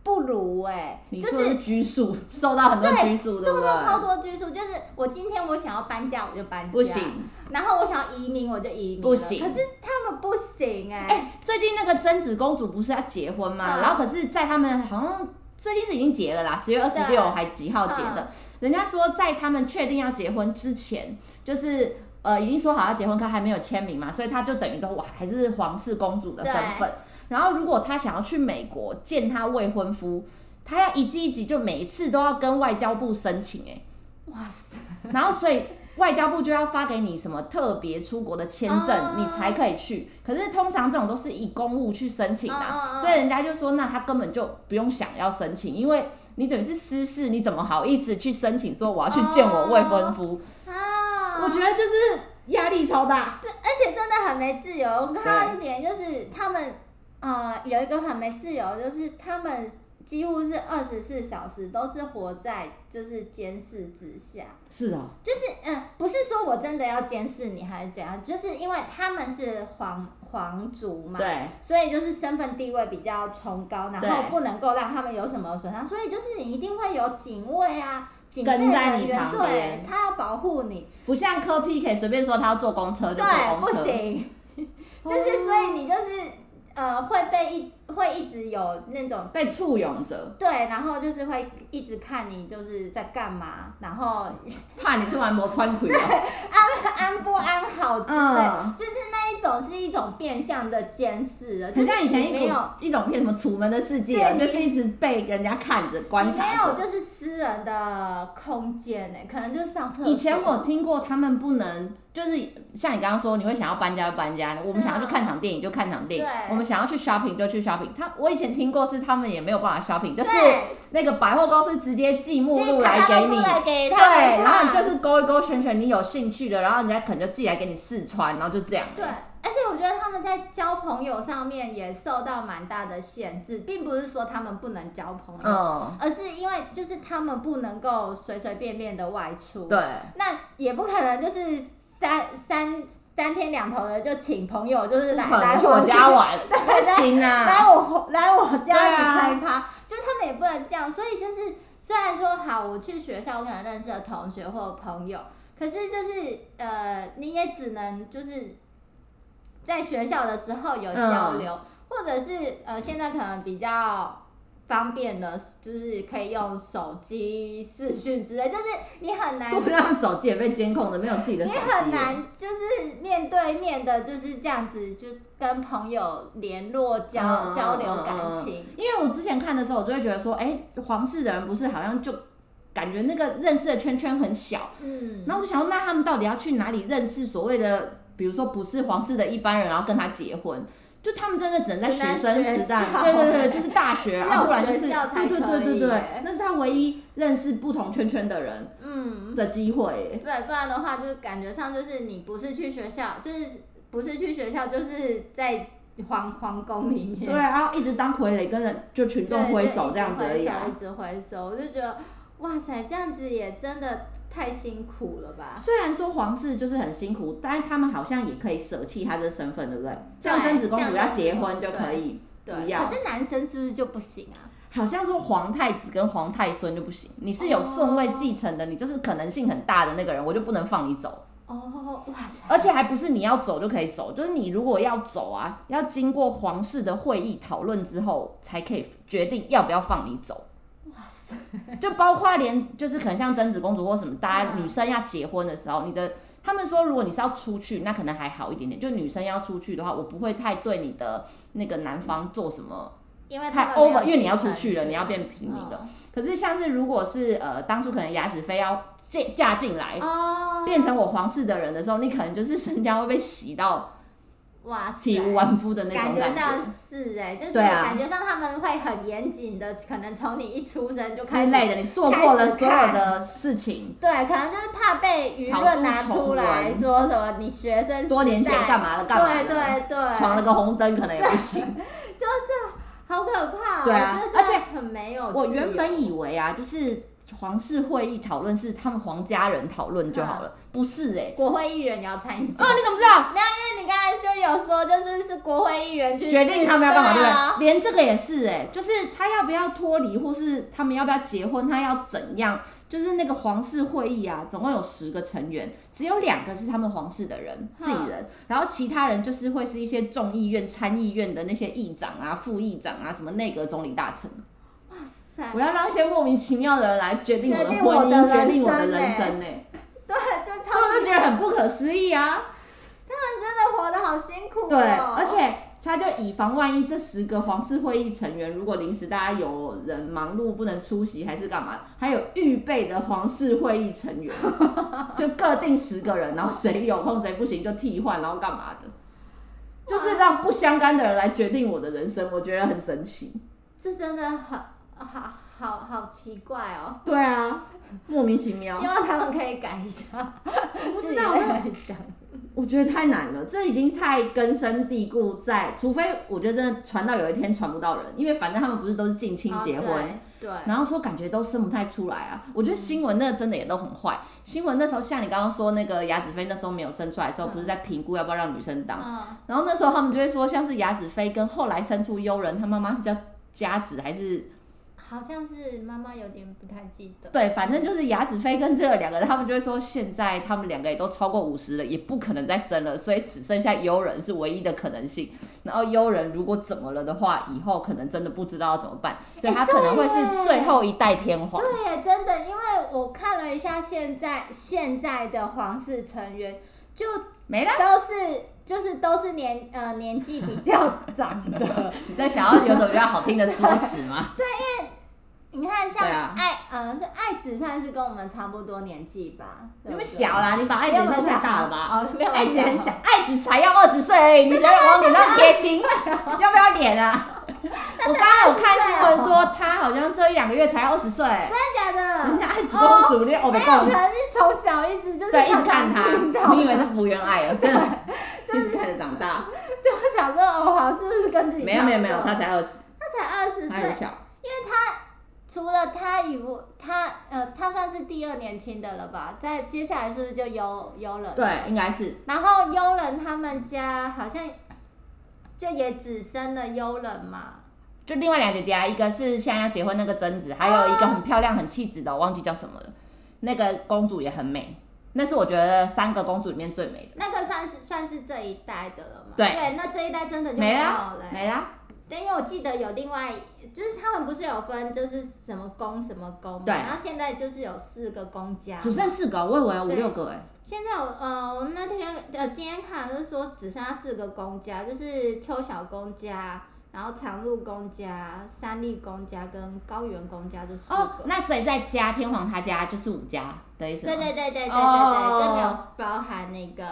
[SPEAKER 2] 不如哎、
[SPEAKER 1] 你
[SPEAKER 2] 就
[SPEAKER 1] 说
[SPEAKER 2] 是
[SPEAKER 1] 的。拘束，受到很多拘束，对
[SPEAKER 2] 受
[SPEAKER 1] 不
[SPEAKER 2] 到超
[SPEAKER 1] 对？
[SPEAKER 2] 多拘束，就是我今天我想要搬家我就搬家，
[SPEAKER 1] 不行，
[SPEAKER 2] 然后我想要移民我就移民了，
[SPEAKER 1] 不行
[SPEAKER 2] 可是他们不行哎、
[SPEAKER 1] 哎、最近那个贞子公主不是要结婚吗？
[SPEAKER 2] 嗯
[SPEAKER 1] 然后可是，在他们好像最近是已经结了啦，十月二十
[SPEAKER 2] 对
[SPEAKER 1] 六还几号结的？人家说在他们确定要结婚之前，就是呃已经说好要结婚，可还没有签名嘛，所以她就等于都还是皇室公主的身份。然后如果她想要去美国见她未婚夫，她要一季一季就每次都要跟外交部申请、欸，
[SPEAKER 2] 哇塞，
[SPEAKER 1] 然后所以外交部就要发给你什么特别出国的签证，
[SPEAKER 2] 哦
[SPEAKER 1] 你才可以去。可是通常这种都是以公务去申请的、啊
[SPEAKER 2] 哦哦哦
[SPEAKER 1] 所以人家就说，那他根本就不用想要申请，因为你等于是私事，你怎么好意思去申请说我要去见我未婚
[SPEAKER 2] 哦
[SPEAKER 1] 夫？
[SPEAKER 2] 啊，
[SPEAKER 1] 我觉得就是压力超大。
[SPEAKER 2] 对，而且真的很没自由。我看到一点就是他们，呃，有一个很没自由，就是他们几乎是二十四小时都是活在就是监视之下。
[SPEAKER 1] 是哦，
[SPEAKER 2] 就是嗯，不是说我真的要监视你还是怎样，就是因为他们是皇皇族嘛，
[SPEAKER 1] 对，
[SPEAKER 2] 所以就是身份地位比较崇高，然后
[SPEAKER 1] 对
[SPEAKER 2] 不能够让他们有什么损伤，所以就是你一定会有警卫啊。警备
[SPEAKER 1] 跟在你
[SPEAKER 2] 人员
[SPEAKER 1] 旁
[SPEAKER 2] 对
[SPEAKER 1] 边，
[SPEAKER 2] 他要保护你，
[SPEAKER 1] 不像柯 P 可以随便说他要坐公车就坐
[SPEAKER 2] 对，
[SPEAKER 1] 公
[SPEAKER 2] 不
[SPEAKER 1] 车，哦
[SPEAKER 2] 行，就是所以你就是呃会被一直会一直有那种
[SPEAKER 1] 被簇拥着，
[SPEAKER 2] 对，然后就是会一直看你就是在干嘛，然后
[SPEAKER 1] 怕你这晚没穿裙哦。
[SPEAKER 2] 安不安好之类，
[SPEAKER 1] 嗯
[SPEAKER 2] 就是那一种是一种变相的监视了，就
[SPEAKER 1] 很
[SPEAKER 2] 是
[SPEAKER 1] 像以前
[SPEAKER 2] 你
[SPEAKER 1] 一
[SPEAKER 2] 没
[SPEAKER 1] 股
[SPEAKER 2] 有。
[SPEAKER 1] 一种片什么《楚门的世界》啊，
[SPEAKER 2] 对
[SPEAKER 1] 就是一直被人家看着观
[SPEAKER 2] 你没
[SPEAKER 1] 察
[SPEAKER 2] 有，
[SPEAKER 1] 着。
[SPEAKER 2] 就是私人的空间呢、可能就是上厕所。
[SPEAKER 1] 以前我听过他们不能，就是像你刚刚说，你会想要搬家就搬家，我们想要去看场电影就看场电影
[SPEAKER 2] 对，
[SPEAKER 1] 我们想要去 shopping 就去 shopping。他我以前听过是他们也没有办法 shopping，就是
[SPEAKER 2] 对
[SPEAKER 1] 那个百货公司直接寄目录来
[SPEAKER 2] 所
[SPEAKER 1] 给
[SPEAKER 2] 以看到
[SPEAKER 1] 你
[SPEAKER 2] 出，来给他们
[SPEAKER 1] 对，然后你
[SPEAKER 2] 看
[SPEAKER 1] 就是勾一勾选选你有兴趣的，然后人家可能就寄来给你试穿，然后就这样。
[SPEAKER 2] 对，而且我觉得他们在交朋友上面也受到蛮大的限制，并不是说他们不能交朋友，
[SPEAKER 1] 嗯，
[SPEAKER 2] 而是因为就是他们不能够随随便便的外出。
[SPEAKER 1] 对，
[SPEAKER 2] 那也不可能就是三三三天两头的就请朋友，就是
[SPEAKER 1] 不
[SPEAKER 2] 来
[SPEAKER 1] 可
[SPEAKER 2] 来
[SPEAKER 1] 能去我家
[SPEAKER 2] 玩，
[SPEAKER 1] 玩，不行啊。
[SPEAKER 2] 来我来我家
[SPEAKER 1] 对
[SPEAKER 2] 里
[SPEAKER 1] 啊
[SPEAKER 2] 开趴，就他们也不能这样。所以就是虽然说好，我去学校我可能认识的同学或朋友，可是就是呃，你也只能就是在学校的时候有交流，
[SPEAKER 1] 嗯
[SPEAKER 2] 或者是呃，现在可能比较。方便了，就是可以用手机视讯之类，就是你很难
[SPEAKER 1] 说不定手机也被监控的，没有自己的
[SPEAKER 2] 你
[SPEAKER 1] 手
[SPEAKER 2] 很
[SPEAKER 1] 机了。
[SPEAKER 2] 难就是面对面的，就是这样子，就是跟朋友联络交、
[SPEAKER 1] 嗯
[SPEAKER 2] 交流感
[SPEAKER 1] 嗯
[SPEAKER 2] 情。
[SPEAKER 1] 因为我之前看的时候，我就会觉得说，哎，皇室的人不是好像就感觉那个认识的圈圈很小，
[SPEAKER 2] 嗯，
[SPEAKER 1] 然后我就想说，那他们到底要去哪里认识所谓的，比如说不是皇室的一般人，然后跟他结婚？就他们真的只能在
[SPEAKER 2] 只
[SPEAKER 1] 学
[SPEAKER 2] 能
[SPEAKER 1] 生时代
[SPEAKER 2] 学，校
[SPEAKER 1] 对对对，就是大 学，
[SPEAKER 2] 只有
[SPEAKER 1] 然后不然就是
[SPEAKER 2] 学校才
[SPEAKER 1] 对对对对
[SPEAKER 2] 可以
[SPEAKER 1] 对
[SPEAKER 2] 耶，
[SPEAKER 1] 那是他唯一认识不同圈圈的人
[SPEAKER 2] 嗯，
[SPEAKER 1] 的机会耶。
[SPEAKER 2] 对，不然的话就是感觉上就是你不是去学校，就是不是去学校，就是在皇皇宫里面。
[SPEAKER 1] 对，然后一直当傀儡，跟人就群众挥手这样子而已啊
[SPEAKER 2] 一。直挥手，我就觉得哇塞，这样子也真的太辛苦了吧？
[SPEAKER 1] 虽然说皇室就是很辛苦，但是他们好像也可以舍弃他的身份，对不对？
[SPEAKER 2] 对
[SPEAKER 1] 像贞子公主要
[SPEAKER 2] 像贞子
[SPEAKER 1] 结婚
[SPEAKER 2] 公主
[SPEAKER 1] 就可以，
[SPEAKER 2] 对，
[SPEAKER 1] 不要
[SPEAKER 2] 可是男生是不是就不行啊？
[SPEAKER 1] 好像说皇太子跟皇太孙就不行，你是有
[SPEAKER 2] 哦
[SPEAKER 1] 顺位继承的，你就是可能性很大的那个人，我就不能放你走。
[SPEAKER 2] 哦，哇塞，
[SPEAKER 1] 而且还不是你要走就可以走，就是你如果要走啊，要经过皇室的会议讨论之后，才可以决定要不要放你走。
[SPEAKER 2] 哇塞。
[SPEAKER 1] 就包括连就是可能像贞子公主或什么，大家
[SPEAKER 2] 嗯
[SPEAKER 1] 女生要结婚的时候，你的他们说，如果你是要出去，那可能还好一点点。就女生要出去的话，我不会太对你的那个男方做什么
[SPEAKER 2] 因为
[SPEAKER 1] 太
[SPEAKER 2] 他们没有
[SPEAKER 1] over，因为你要出
[SPEAKER 2] 继承啊嗯
[SPEAKER 1] 去了，你要变平民了。可是像是如果是呃当初可能雅子妃要嫁嫁进来，
[SPEAKER 2] 哦，
[SPEAKER 1] 变成我皇室的人的时候，你可能就是身家会被洗到
[SPEAKER 2] 哇塞，
[SPEAKER 1] 体无完肤的那
[SPEAKER 2] 感
[SPEAKER 1] 种
[SPEAKER 2] 觉
[SPEAKER 1] 感
[SPEAKER 2] 上
[SPEAKER 1] 觉。
[SPEAKER 2] 是哎、就是
[SPEAKER 1] 对啊
[SPEAKER 2] 感觉上他们会很严谨的，可能从你一出生就开
[SPEAKER 1] 之
[SPEAKER 2] 始
[SPEAKER 1] 类的，你做过了所有的事情，
[SPEAKER 2] 对，可能就是怕被舆论拿出来
[SPEAKER 1] 小猪
[SPEAKER 2] 说什么你学生时代
[SPEAKER 1] 多年前干嘛了干嘛
[SPEAKER 2] 对
[SPEAKER 1] 了，
[SPEAKER 2] 对对，
[SPEAKER 1] 闯了个红灯可能也不行。
[SPEAKER 2] 好可怕、哦，
[SPEAKER 1] 对啊
[SPEAKER 2] 我觉得
[SPEAKER 1] 而且
[SPEAKER 2] 真的很没有自由。
[SPEAKER 1] 我原本以为啊，就是皇室会议讨论是他们皇家人讨论就好了，不是哎、欸。
[SPEAKER 2] 国会议员也要参与进
[SPEAKER 1] 哦
[SPEAKER 2] 来，，
[SPEAKER 1] 你怎么知道？
[SPEAKER 2] 因为你刚才就有说，就是是国会议员 去
[SPEAKER 1] 决定他们要干嘛，对
[SPEAKER 2] 对
[SPEAKER 1] 不
[SPEAKER 2] 啊
[SPEAKER 1] 对？连这个也是哎、就是他要不要脱离，或是他们要不要结婚，他要怎样？就是那个皇室会议啊，总共有十个成员，只有两个是他们皇室的人，自己人，然后其他人就是会是一些众议院、参议院的那些议长啊、副议长啊，什么内阁总理大臣。
[SPEAKER 2] 哇塞，
[SPEAKER 1] 我要让一些莫名其妙的人来决定我的
[SPEAKER 2] 决定
[SPEAKER 1] 婚
[SPEAKER 2] 我
[SPEAKER 1] 姻，
[SPEAKER 2] 的
[SPEAKER 1] 决定我的
[SPEAKER 2] 人
[SPEAKER 1] 人
[SPEAKER 2] 生欸
[SPEAKER 1] 生呢、欸
[SPEAKER 2] 对，这
[SPEAKER 1] 所
[SPEAKER 2] 超
[SPEAKER 1] 以我就觉得很不可思议啊。
[SPEAKER 2] 真的活得好辛苦、哦。
[SPEAKER 1] 对，而且他就以防万一，这十个皇室会议成员如果临时大家有人忙碌不能出席还是干嘛，还有预备的皇室会议成 员，就各定十个人，然后谁有空谁不行就替换，然后干嘛的，就是让不相干的人来决定我的人生，我觉得很神奇。
[SPEAKER 2] 这真的很好好好奇怪哦。
[SPEAKER 1] 对啊，莫名其妙
[SPEAKER 2] 希。望他们可以改一 下，
[SPEAKER 1] 我不
[SPEAKER 2] 自
[SPEAKER 1] 知
[SPEAKER 2] 己
[SPEAKER 1] 道，
[SPEAKER 2] 改一下。
[SPEAKER 1] 我觉得太难了，这已经太根深蒂固在，除非我觉得真的传到有一天传不到人，因为反正他们不是都是近亲结婚，
[SPEAKER 2] 哦，对，对
[SPEAKER 1] 然后说感觉都生不太出来啊。我觉得新闻那
[SPEAKER 2] 嗯
[SPEAKER 1] 真的也都很坏。新闻那时候像你刚刚说那个雅子妃那时候没有生出来的时候，
[SPEAKER 2] 嗯
[SPEAKER 1] 不是在评估要不要让女生当。
[SPEAKER 2] 嗯，
[SPEAKER 1] 然后那时候他们就会说，像是雅子妃跟后来生出悠仁，她妈妈是叫佳子还是
[SPEAKER 2] 好像是妈妈有点不太记得。
[SPEAKER 1] 对，反正就是雅子妃跟这两个人，他们就会说现在他们两个也都超过五十了，也不可能再生了，所以只剩下悠仁是唯一的可能性。然后悠仁如果怎么了的话，以后可能真的不知道要怎么办，所以
[SPEAKER 2] 哎
[SPEAKER 1] 他可能会
[SPEAKER 2] 对耶
[SPEAKER 1] 是最后一代天皇。
[SPEAKER 2] 对耶，真的，因为我看了一下现在现在的皇室成员，就
[SPEAKER 1] 没了。
[SPEAKER 2] 都是就是都是年呃年纪比 较长的，
[SPEAKER 1] 你在想要有种比较好听的说辞吗？
[SPEAKER 2] 你看
[SPEAKER 1] 对
[SPEAKER 2] 像
[SPEAKER 1] 啊
[SPEAKER 2] 爱嗯爱子算是跟我们差不多年纪吧，
[SPEAKER 1] 你
[SPEAKER 2] 对不
[SPEAKER 1] 们
[SPEAKER 2] 对
[SPEAKER 1] 小啦，你把爱子
[SPEAKER 2] 没有
[SPEAKER 1] 弄太大了吧？
[SPEAKER 2] 哦，没有
[SPEAKER 1] 爱子很小
[SPEAKER 2] 小，，
[SPEAKER 1] 爱子才要二十岁而已，你在往脸上贴金，要不要脸啊？我刚刚有看新闻 说，她好像这一两个月才二十岁，
[SPEAKER 2] 真的假的？
[SPEAKER 1] 人家爱子公主，你欧
[SPEAKER 2] 嗯没
[SPEAKER 1] 北
[SPEAKER 2] 有，可
[SPEAKER 1] 共，
[SPEAKER 2] 能是从小一直就是
[SPEAKER 1] 对，一直看
[SPEAKER 2] 哦她，
[SPEAKER 1] 她，你以为是福原爱哦，真 的，一直看着长大，
[SPEAKER 2] 就想说哦，好，是不是跟自己
[SPEAKER 1] 没有没有没有，她
[SPEAKER 2] 差不多
[SPEAKER 1] 才二十，
[SPEAKER 2] 他才二十
[SPEAKER 1] 她很
[SPEAKER 2] 岁，
[SPEAKER 1] 小，
[SPEAKER 2] 除了他以外，他呃，他算是第二年轻的了吧？在接下来是不是就幽幽人？
[SPEAKER 1] 对，应该是，
[SPEAKER 2] 然后幽人他们家好像就也只生了幽人嘛，
[SPEAKER 1] 就另外两个姐姐啊，一个是现在要结婚那个贞子，还有一个很漂亮很气质的，我忘记叫什么了，那个公主也很美，那是我觉得三个公主里面最美
[SPEAKER 2] 那个算是算是这一代的了嘛？
[SPEAKER 1] 对
[SPEAKER 2] 那这一代真的
[SPEAKER 1] 的，
[SPEAKER 2] 就没
[SPEAKER 1] 没
[SPEAKER 2] 有
[SPEAKER 1] 啦
[SPEAKER 2] 了、欸。
[SPEAKER 1] 没啦。
[SPEAKER 2] 对，因为我记得有另外，就是他们不是有分，就是什么宫什么宫嘛，
[SPEAKER 1] 对
[SPEAKER 2] 然后现在就是有四个宫家嘛，
[SPEAKER 1] 只剩四个，我以为有五
[SPEAKER 2] 啊对
[SPEAKER 1] 六个哎、
[SPEAKER 2] 现在我呃，我那天呃今天看就是说只剩下四个公家，就是邱小公家，然后长鹿公家、三立公家跟高原公家就四个。
[SPEAKER 1] 哦，那所以再加天皇他家就是五家的意思吗？
[SPEAKER 2] 对对对对对对对，
[SPEAKER 1] 哦
[SPEAKER 2] 这没有包含那个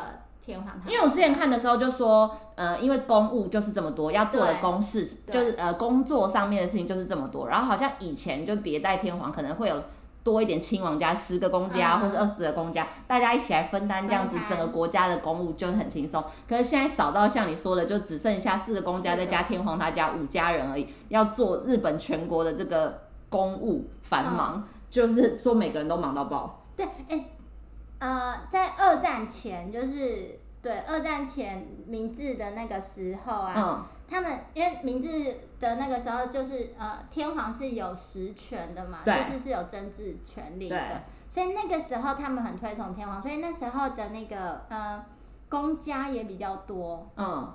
[SPEAKER 2] 天皇他们。
[SPEAKER 1] 因为我之前看的时候就说，呃，因为公务就是这么多，要做的公事
[SPEAKER 2] 对
[SPEAKER 1] 就是呃工作上面的事情就是这么多，然后好像以前就别带天皇可能会有。多一点亲王家十个公家，
[SPEAKER 2] 嗯
[SPEAKER 1] 或是二十个公家，大家一起来分担这样子
[SPEAKER 2] 分，担
[SPEAKER 1] 整个国家的公务就很轻松。可是现在少到像你说的，就只剩下四个公家，
[SPEAKER 2] 四个
[SPEAKER 1] 再加天皇他家五家人而已，要做日本全国的这个公务繁忙，
[SPEAKER 2] 嗯
[SPEAKER 1] 就是说每个人都忙到爆。
[SPEAKER 2] 对，哎，呃，在二战前就是对二战前明治的那个时候啊，
[SPEAKER 1] 嗯，
[SPEAKER 2] 他们因为明治的那个时候就是呃，天皇是有实权的嘛，就
[SPEAKER 1] 对
[SPEAKER 2] 是是有政治权利
[SPEAKER 1] 对
[SPEAKER 2] 的，所以那个时候他们很推崇天皇，所以那时候的那个呃公家也比较多。
[SPEAKER 1] 嗯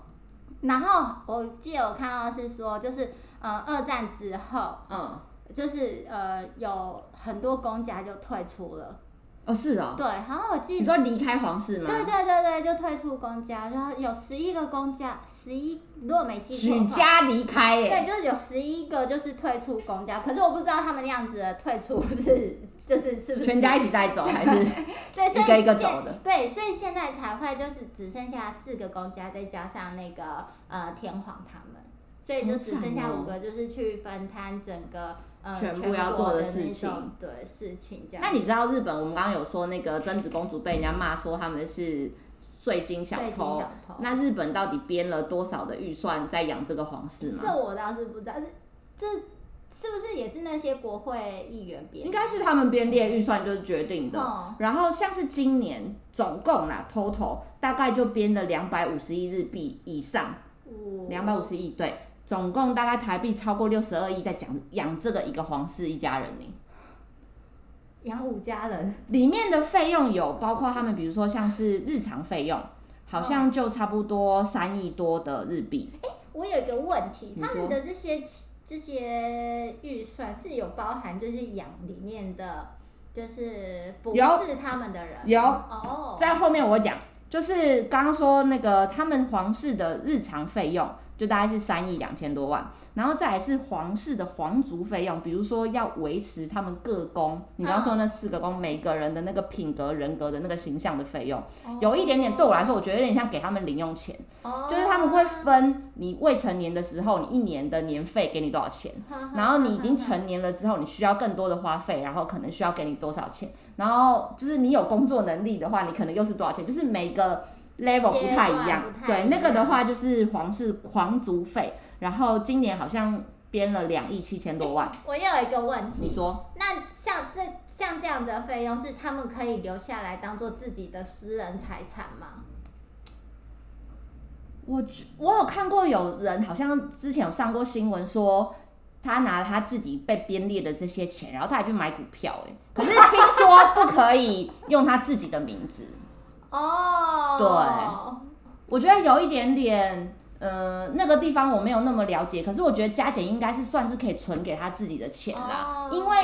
[SPEAKER 2] 然后我记得我看到是说，就是呃二战之后，
[SPEAKER 1] 嗯，
[SPEAKER 2] 就是呃有很多公家就退出了，
[SPEAKER 1] 哦是哦，
[SPEAKER 2] 对，然后我记
[SPEAKER 1] 你
[SPEAKER 2] 得。
[SPEAKER 1] 说离开皇室吗？
[SPEAKER 2] 对对对对，就退出公家，然后有十一个公家，十一如果没记错的
[SPEAKER 1] 举
[SPEAKER 2] 话，
[SPEAKER 1] 家离开耶，
[SPEAKER 2] 对，就是有十一个就是退出公家，可是我不知道他们那样子的退出是就是是不是
[SPEAKER 1] 全家一起带走还是？
[SPEAKER 2] 对，所以
[SPEAKER 1] 一个一个
[SPEAKER 2] 现
[SPEAKER 1] 走的
[SPEAKER 2] 对，所以现在才会就是只剩下四个公家，再加上那个呃天皇他们，所以就
[SPEAKER 1] 好
[SPEAKER 2] 只
[SPEAKER 1] 惨
[SPEAKER 2] 剩下
[SPEAKER 1] 哦
[SPEAKER 2] 五个，就是去分摊整个呃
[SPEAKER 1] 全部要
[SPEAKER 2] 国
[SPEAKER 1] 做的
[SPEAKER 2] 的
[SPEAKER 1] 事
[SPEAKER 2] 那
[SPEAKER 1] 情
[SPEAKER 2] 种，对事情这样。
[SPEAKER 1] 那你知道日本？我们刚刚有说那个贞子公主被人家骂说他们是税金小
[SPEAKER 2] 最近
[SPEAKER 1] 偷，
[SPEAKER 2] 小偷，
[SPEAKER 1] 那日本到底编了多少的预算在养这个皇室
[SPEAKER 2] 这
[SPEAKER 1] 吗？
[SPEAKER 2] 我倒是不知道，这这是不是也是那些国会议员编
[SPEAKER 1] 应
[SPEAKER 2] 的？
[SPEAKER 1] 该是他们编列预算就是决定的。
[SPEAKER 2] 哦
[SPEAKER 1] 然后像是今年总共啦，total 大概就编了两百五十亿日币以上，
[SPEAKER 2] 我
[SPEAKER 1] 两百五十亿对，总共大概台币超过六十二亿在讲养这个一个皇室一家人呢。
[SPEAKER 2] 养五家人。
[SPEAKER 1] 里面的费用有包括他们，比如说像是日常费用，好像就差不多三亿多的日币。
[SPEAKER 2] 我有一个问题，
[SPEAKER 1] 你说
[SPEAKER 2] 他们的这些这些预算是有包含就是养里面的，就是服
[SPEAKER 1] 有
[SPEAKER 2] 侍他们的人
[SPEAKER 1] 有
[SPEAKER 2] 哦，
[SPEAKER 1] 在后面我讲，就是刚刚说那个他们皇室的日常费用，就大概是三亿两千多万，然后再来是皇室的皇族费用，比如说要维持他们各宫，你刚刚说那四个宫每个人的那个品格、人格的那个形象的费用，有一点点对我来说，我觉得有点像给他们零用钱。
[SPEAKER 2] 哦，
[SPEAKER 1] 就是他们会分你未成年的时候，你一年的年费给你多少钱，
[SPEAKER 2] 啊哈哈
[SPEAKER 1] 然后你已经
[SPEAKER 2] 哈
[SPEAKER 1] 成年了之后，你需要更多的花费，然后可能需要给你多少钱，然后就是你有工作能力的话，你可能又是多少钱，就是每个 level
[SPEAKER 2] 阶
[SPEAKER 1] 不太一样
[SPEAKER 2] 段不。太
[SPEAKER 1] 对，
[SPEAKER 2] 一
[SPEAKER 1] 那个的
[SPEAKER 2] 样
[SPEAKER 1] 话就是皇室皇族费，然后今年好像编了两亿七千多 万。
[SPEAKER 2] 哈我又有一个问
[SPEAKER 1] 你
[SPEAKER 2] 题，
[SPEAKER 1] 说
[SPEAKER 2] 那像这像这样的费用是他们可以留下来当做自己的私人财产吗？
[SPEAKER 1] 我觉我有看过有人好像之前有上过新闻说，他拿了他自己被编列的这些钱，然后他还去买股票、欸，可是听说不可以用他自己的名字，
[SPEAKER 2] 哦，
[SPEAKER 1] 我觉得有一点点。呃，那个地方我没有那么了解，可是我觉得加减应该是算是可以存给他自己的钱啦
[SPEAKER 2] 哦
[SPEAKER 1] 因为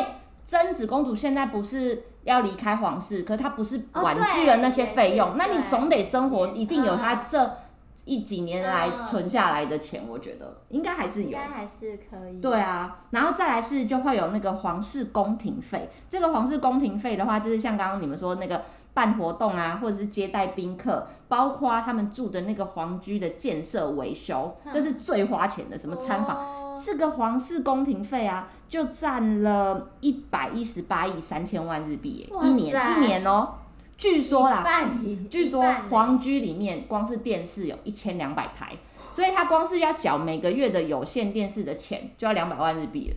[SPEAKER 1] 贞子公主现在不是要离开皇室，可是他不是
[SPEAKER 2] 哦
[SPEAKER 1] 婉拒
[SPEAKER 2] 对
[SPEAKER 1] 了那些
[SPEAKER 2] 也是
[SPEAKER 1] 费用，那你
[SPEAKER 2] 哦对
[SPEAKER 1] 总得生活
[SPEAKER 2] 也
[SPEAKER 1] 一定有他
[SPEAKER 2] 嗯
[SPEAKER 1] 这一几年来
[SPEAKER 2] 嗯
[SPEAKER 1] 存下来的钱，我觉得应该还是
[SPEAKER 2] 应
[SPEAKER 1] 有
[SPEAKER 2] 该。还是可以。
[SPEAKER 1] 对啊，然后再来是就会有那个皇室宫廷费。这个皇室宫廷费的话，就是像刚刚你们说那个办活动啊，或者是接待宾客，包括他们住的那个皇居的建设维修，这是最花钱的，什么参访。
[SPEAKER 2] 访
[SPEAKER 1] 这个皇室宫廷费啊，就占了一百一十八亿三千万日币耶，
[SPEAKER 2] 哇
[SPEAKER 1] 一年
[SPEAKER 2] 塞
[SPEAKER 1] 一年哦。据说啦，
[SPEAKER 2] 办理，
[SPEAKER 1] 据说
[SPEAKER 2] 办理
[SPEAKER 1] 皇居里面光是电视有一千两百台，所以他光是要缴每个月的有线电视的钱就要两百万日币了。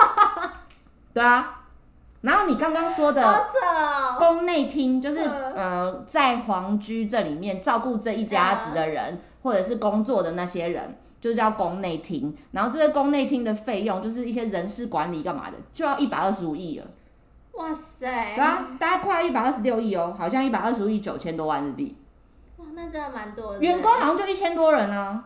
[SPEAKER 1] 对啊，然后你刚刚说的
[SPEAKER 2] 好扯哦，
[SPEAKER 1] 宫内厅，就是
[SPEAKER 2] 嗯
[SPEAKER 1] 呃，在皇居这里面照顾这一家子的人，或者是工作的那些人。就叫宫内厅，然后这个宫内厅的费用就是一些人事管理干嘛的，就要一百二十五亿了，
[SPEAKER 2] 哇塞，
[SPEAKER 1] 对啊，大概快要一百二十六亿哦，好像一百二十五亿九千多万日币。
[SPEAKER 2] 哇，那真的蛮多的。
[SPEAKER 1] 员工好像就一千多人啊，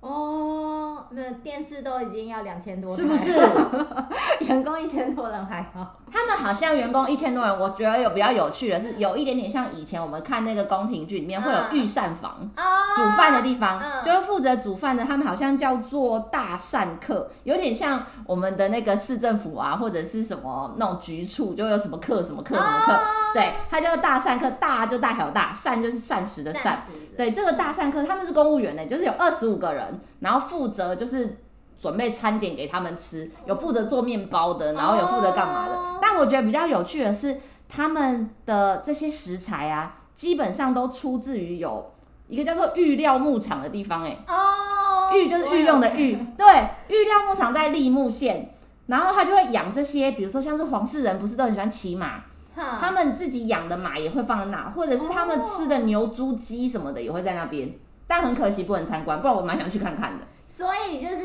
[SPEAKER 2] 哦，没有电视都已经要两千多台，
[SPEAKER 1] 是不是？？ 哦
[SPEAKER 2] 员工一千多人还好。
[SPEAKER 1] 他们好像员工一千多人，我觉得有比较有趣的是，有一点点像以前我们看那个宫廷剧里面会有
[SPEAKER 2] 嗯
[SPEAKER 1] 御膳房。
[SPEAKER 2] 哦，
[SPEAKER 1] 煮饭的地方，
[SPEAKER 2] 嗯
[SPEAKER 1] 就是负责煮饭的，他们好像叫做大善客，有点像我们的那个市政府啊，或者是什么那种局处，就有什么课什么课什么课，对，它叫大善客，大就大小大，善就是膳食的善，
[SPEAKER 2] 暂时的
[SPEAKER 1] 对，这个大善客他们是公务员呢、就是有二十五个人，然后负责就是准备餐点给他们吃，有负责做面包的，然后有负责干嘛的。
[SPEAKER 2] 哦
[SPEAKER 1] 但我觉得比较有趣的是，他们的这些食材啊，基本上都出自于有一个叫做玉料牧场的地方、欸，
[SPEAKER 2] 哦，
[SPEAKER 1] 玉就是御用的玉，对，玉料牧场在立木县。然后他就会养这些，比如说像是皇室人，不是都很喜欢骑马，
[SPEAKER 2] 哼，
[SPEAKER 1] 他们自己养的马也会放在那，或者是他们吃的牛、猪、鸡什么的也会在那边。但很可惜不能参观，不然我蛮想去看 看的。
[SPEAKER 2] 所以就是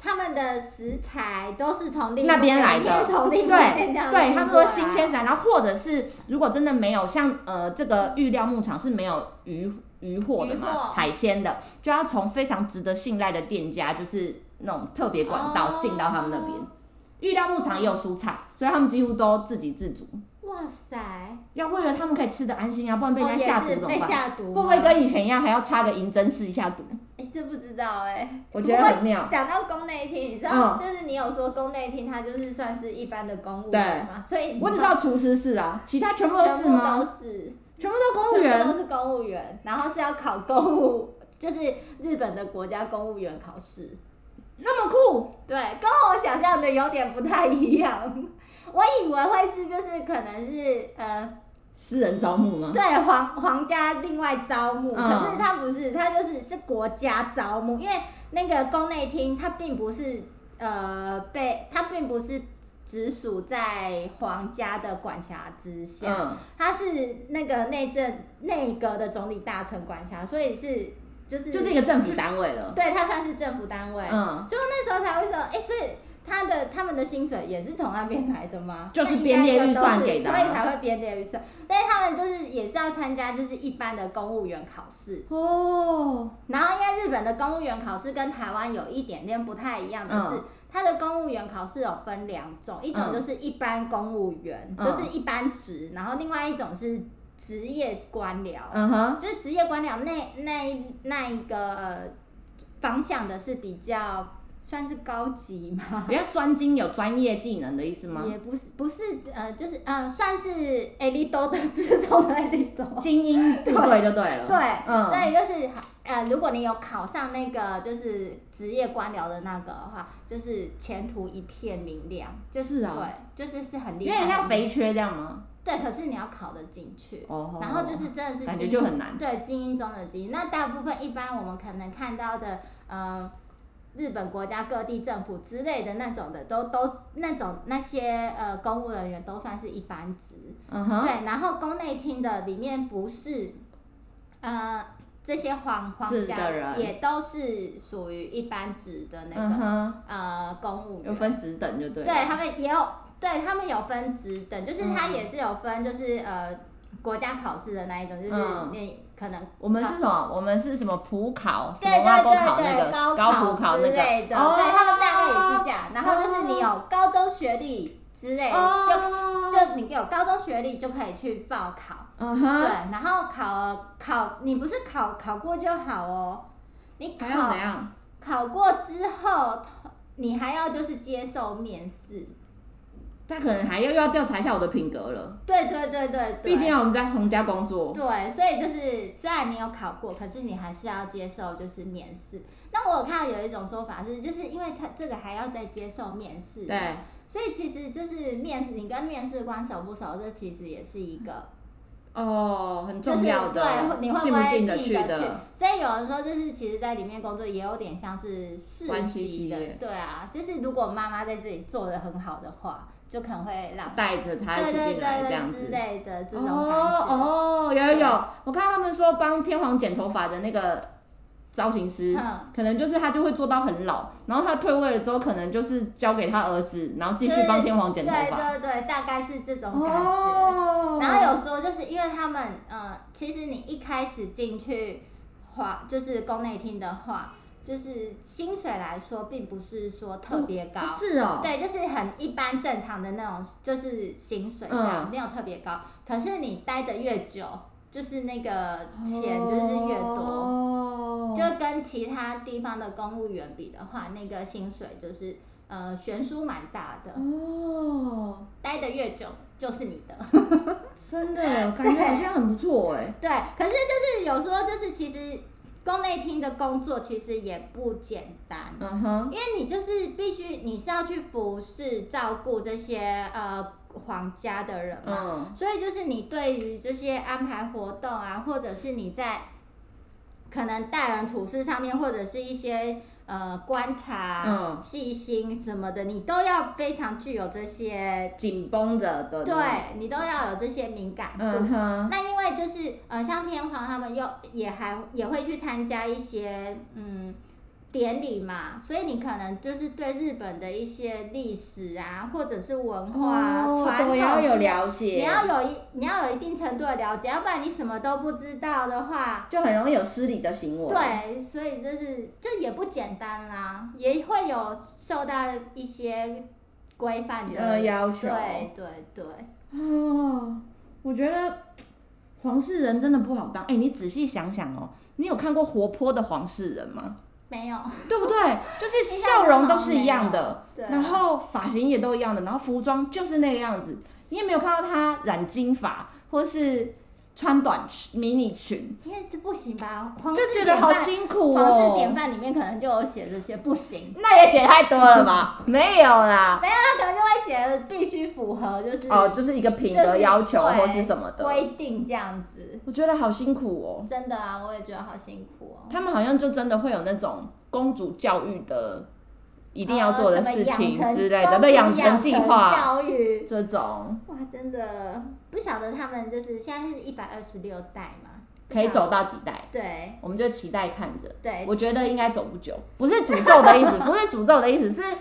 [SPEAKER 2] 他们的食材都是从另
[SPEAKER 1] 那边来的
[SPEAKER 2] 每天从另一个县
[SPEAKER 1] 对
[SPEAKER 2] 这样
[SPEAKER 1] 对，
[SPEAKER 2] 运
[SPEAKER 1] 他们
[SPEAKER 2] 过
[SPEAKER 1] 说
[SPEAKER 2] 来
[SPEAKER 1] 新鲜散，然后或者是如果真的没有像呃这个预料牧场是没有鱼鱼货的
[SPEAKER 2] 鱼货
[SPEAKER 1] 嘛，海鲜的就要从非常值得信赖的店家，就是那种特别管道
[SPEAKER 2] 哦
[SPEAKER 1] 进到他们那边。预料牧场也有蔬菜，所以他们几乎都自给自足。
[SPEAKER 2] 哇塞，
[SPEAKER 1] 要为了他们可以吃的安心啊，不然被人家下
[SPEAKER 2] 哦
[SPEAKER 1] 毒
[SPEAKER 2] 也
[SPEAKER 1] 怎
[SPEAKER 2] 是
[SPEAKER 1] 么
[SPEAKER 2] 被
[SPEAKER 1] 办？
[SPEAKER 2] 下毒
[SPEAKER 1] 会
[SPEAKER 2] 吗，
[SPEAKER 1] 不会跟以前一样还要插个银针试一下毒？
[SPEAKER 2] 哎，这不知道哎。
[SPEAKER 1] 我觉得很妙。
[SPEAKER 2] 讲到宫内厅，你知道，
[SPEAKER 1] 嗯
[SPEAKER 2] 就是你有说宫内厅它就是算是一般的公务员嘛，所以你
[SPEAKER 1] 我只知道厨师是啊，其他全部都
[SPEAKER 2] 全
[SPEAKER 1] 是
[SPEAKER 2] 部
[SPEAKER 1] 吗
[SPEAKER 2] 都？是
[SPEAKER 1] 全部都公务
[SPEAKER 2] 全部
[SPEAKER 1] 员？
[SPEAKER 2] 都是公务员，然后是要考公务， 就是日本的国家公务员考试。
[SPEAKER 1] 那么酷？
[SPEAKER 2] 对，跟我想象的有点不太一样。我以为会是就是可能是呃，
[SPEAKER 1] 私人招募吗？
[SPEAKER 2] 对皇皇家另外招募，
[SPEAKER 1] 嗯
[SPEAKER 2] 可是他不是，他就是是国家招募，因为那个宫内厅它并不是呃被它并不是直属在皇家的管辖之下，
[SPEAKER 1] 嗯，
[SPEAKER 2] 他是那个内政内阁的总理大臣管辖，所以是就是
[SPEAKER 1] 嗯就是一个政府单位了。
[SPEAKER 2] 对他算是政府单位，
[SPEAKER 1] 嗯，
[SPEAKER 2] 所以我那时候才会说，哎、所以他的他们的薪水也是从那边来的吗？
[SPEAKER 1] 就是编列预算给的
[SPEAKER 2] 的，
[SPEAKER 1] 啊
[SPEAKER 2] 所以才会编列预算，所以他们就是也是要参加就是一般的公务员考试，
[SPEAKER 1] 哦，
[SPEAKER 2] 然后因为日本的公务员考试跟台湾有一点点不太一样的是。
[SPEAKER 1] 嗯
[SPEAKER 2] 它的公务员考试有分两种，一种
[SPEAKER 1] 嗯
[SPEAKER 2] 就是一般公务员，
[SPEAKER 1] 嗯
[SPEAKER 2] 就是一般职，然后另外一种是职业官僚，
[SPEAKER 1] 嗯哼，
[SPEAKER 2] 就是职业官僚那那一那一个呃方向的是比较算是高级吗？
[SPEAKER 1] 比较专精有专业技能的意思吗？
[SPEAKER 2] 也不是不是呃，就是呃，算是 elite 的这种 elite。
[SPEAKER 1] 精英部队就对了。
[SPEAKER 2] 对，
[SPEAKER 1] 嗯
[SPEAKER 2] 所以就是呃，如果你有考上那个就是职业官僚的那个的话，就是前途一片明亮，就是
[SPEAKER 1] 是啊
[SPEAKER 2] 对，就是是很厉
[SPEAKER 1] 有
[SPEAKER 2] 害，
[SPEAKER 1] 点像肥缺这样吗？
[SPEAKER 2] 对，可是你要考得进去，
[SPEAKER 1] 哦，
[SPEAKER 2] 然后就是真的是
[SPEAKER 1] 感觉
[SPEAKER 2] 精
[SPEAKER 1] 就很难。
[SPEAKER 2] 对，精英中的精英。那大部分一般我们可能看到的，呃，日本国家各地政府之类的那种的，都都那种那些呃公务人员都算是一般职。
[SPEAKER 1] 嗯哼，
[SPEAKER 2] 对，然后宫内厅的里面不是，呃，这些皇皇
[SPEAKER 1] 是
[SPEAKER 2] 家
[SPEAKER 1] 的人
[SPEAKER 2] 也都是属于一般职的那
[SPEAKER 1] 嗯
[SPEAKER 2] 个、
[SPEAKER 1] 哼，
[SPEAKER 2] 呃公务
[SPEAKER 1] 有
[SPEAKER 2] 员。
[SPEAKER 1] 分职等就对了。
[SPEAKER 2] 对他们也有，对他们有分职等，就是
[SPEAKER 1] 嗯
[SPEAKER 2] 他也是有分，就是、呃国家考试的那一种，就是
[SPEAKER 1] 嗯
[SPEAKER 2] 你可能。
[SPEAKER 1] 我们是什么？我们是什么普考？什
[SPEAKER 2] 对
[SPEAKER 1] 么
[SPEAKER 2] 对
[SPEAKER 1] 挖沟
[SPEAKER 2] 对
[SPEAKER 1] 考
[SPEAKER 2] 对，
[SPEAKER 1] 那个
[SPEAKER 2] 高
[SPEAKER 1] 普考
[SPEAKER 2] 之
[SPEAKER 1] 那个？
[SPEAKER 2] 类的，
[SPEAKER 1] 哦
[SPEAKER 2] 对他们大概也是这样。然后就是你有高中学历之类，
[SPEAKER 1] 哦
[SPEAKER 2] 就就这你有高中学历就可以去报考，
[SPEAKER 1] 嗯
[SPEAKER 2] 对，
[SPEAKER 1] 哼，
[SPEAKER 2] 然后考考你不是考考过就好哦，你
[SPEAKER 1] 还要
[SPEAKER 2] 考
[SPEAKER 1] 怎样？
[SPEAKER 2] 考过之后，你还要就是接受面试，
[SPEAKER 1] 他可能还要又要调查一下我的品格了，
[SPEAKER 2] 对对对对对，
[SPEAKER 1] 毕竟我们在洪家工作。
[SPEAKER 2] 对，所以就是虽然你有考过，可是你还是要接受就是面试。那我有看到有一种说法是，就是因为他这个还要再接受面试，
[SPEAKER 1] 对，
[SPEAKER 2] 所以其实就是面试，你跟面试官熟不熟，这其实也是一个
[SPEAKER 1] 哦，很
[SPEAKER 2] 就
[SPEAKER 1] 嗯
[SPEAKER 2] 是
[SPEAKER 1] 重要的，
[SPEAKER 2] 对，你会
[SPEAKER 1] 进
[SPEAKER 2] 不会
[SPEAKER 1] 进
[SPEAKER 2] 得
[SPEAKER 1] 得去的？
[SPEAKER 2] 所以有人说，就是其实在里面工作也有点像是实
[SPEAKER 1] 关系
[SPEAKER 2] 习
[SPEAKER 1] 企
[SPEAKER 2] 的
[SPEAKER 1] 业，
[SPEAKER 2] 对啊，就是如果妈妈在这里做的很好的话，就可能会让
[SPEAKER 1] 带着他一
[SPEAKER 2] 对
[SPEAKER 1] 起
[SPEAKER 2] 对
[SPEAKER 1] 进来这样
[SPEAKER 2] 对对
[SPEAKER 1] 子
[SPEAKER 2] 之。类的这种感觉。
[SPEAKER 1] 哦哦，有有有，我看他们说帮天皇剪头发的那个造型师，
[SPEAKER 2] 嗯
[SPEAKER 1] 可能就是他就会做到很老，然后他退位了之后，可能就是交给他儿子，然后继续帮天皇剪头发。
[SPEAKER 2] 对对对，大概是这种感觉。
[SPEAKER 1] 哦，
[SPEAKER 2] 然后有说，就是因为他们，呃，其实你一开始进去华，就是宫内厅的话，就是薪水来说，并不是说特别高，
[SPEAKER 1] 哦是哦，
[SPEAKER 2] 对，就是很一般正常的那种，就是薪水这样，
[SPEAKER 1] 嗯
[SPEAKER 2] 没有特别高。可是你待的越久，就是那个钱就是越
[SPEAKER 1] 哦多
[SPEAKER 2] 多，就跟其他地方的公务员比的话，那个薪水就是呃悬殊蛮大的，
[SPEAKER 1] 哦，
[SPEAKER 2] 待的越久就是你的。
[SPEAKER 1] 真的感觉好像很不错哎。
[SPEAKER 2] 对，可是就是有时候就是其实宫内厅的工作其实也不简单，
[SPEAKER 1] 嗯哼，
[SPEAKER 2] 因为你就是必须你是要去服侍照顾这些呃皇家的人嘛，
[SPEAKER 1] 嗯，
[SPEAKER 2] 所以就是你对于这些安排活动啊，或者是你在可能待人处事上面，或者是一些呃观察、
[SPEAKER 1] 嗯
[SPEAKER 2] 细心什么的，你都要非常具有这些，
[SPEAKER 1] 紧绷着的。
[SPEAKER 2] 对，你都要有这些敏感度。
[SPEAKER 1] 嗯哼，
[SPEAKER 2] 那因为就是呃，像天皇他们又也还也会去参加一些嗯典礼嘛，所以你可能就是对日本的一些历史啊，或者是文化、啊
[SPEAKER 1] 哦
[SPEAKER 2] 传统
[SPEAKER 1] 都要有
[SPEAKER 2] 之类
[SPEAKER 1] 了解，
[SPEAKER 2] 你要有一你要有一定程度的了解，要不然你什么都不知道的话，
[SPEAKER 1] 就很容易有失礼的行为。，
[SPEAKER 2] 对，所以就是这也不简单啦，也会有受到一些规范的、
[SPEAKER 1] 呃，要求。
[SPEAKER 2] 对对对，
[SPEAKER 1] 哦，我觉得皇室人真的不好当。哎、你仔细想想哦，你有看过活泼的皇室人 吗？
[SPEAKER 2] 没有，
[SPEAKER 1] 对不对？就是
[SPEAKER 2] 应该是
[SPEAKER 1] 笑容都是一样的，
[SPEAKER 2] 对啊，
[SPEAKER 1] 然后发型也都一样的，然后服装就是那个样子。你也没有看到他染金发，或是穿短裙、迷你裙，
[SPEAKER 2] 因为这不行吧，皇室
[SPEAKER 1] 就觉得
[SPEAKER 2] 典
[SPEAKER 1] 好
[SPEAKER 2] 范
[SPEAKER 1] 辛苦
[SPEAKER 2] 皇室典
[SPEAKER 1] 哦。
[SPEAKER 2] 范里面可能就有写这些不行，
[SPEAKER 1] 那也写太多了 吧？没有啦，
[SPEAKER 2] 他可能就会写必须符合就是
[SPEAKER 1] 哦，就是一个品格要求
[SPEAKER 2] 就是对
[SPEAKER 1] 或是什么的。
[SPEAKER 2] 规定这样子，
[SPEAKER 1] 我觉得好辛苦哦。
[SPEAKER 2] 真的啊，我也觉得好辛苦哦。
[SPEAKER 1] 他们好像就真的会有那种公主教育的一定要做的事情之类的，
[SPEAKER 2] 对
[SPEAKER 1] 对养成计划
[SPEAKER 2] 教育，
[SPEAKER 1] 这种
[SPEAKER 2] 哇，真的不晓得他们就是现在是一百二十六代嘛，
[SPEAKER 1] 可以
[SPEAKER 2] 不晓
[SPEAKER 1] 走到几代，
[SPEAKER 2] 得，对
[SPEAKER 1] 我们就期待看着。
[SPEAKER 2] 对，
[SPEAKER 1] 我觉得应该走不久，不是诅咒的意 思，不是诅咒的意思，是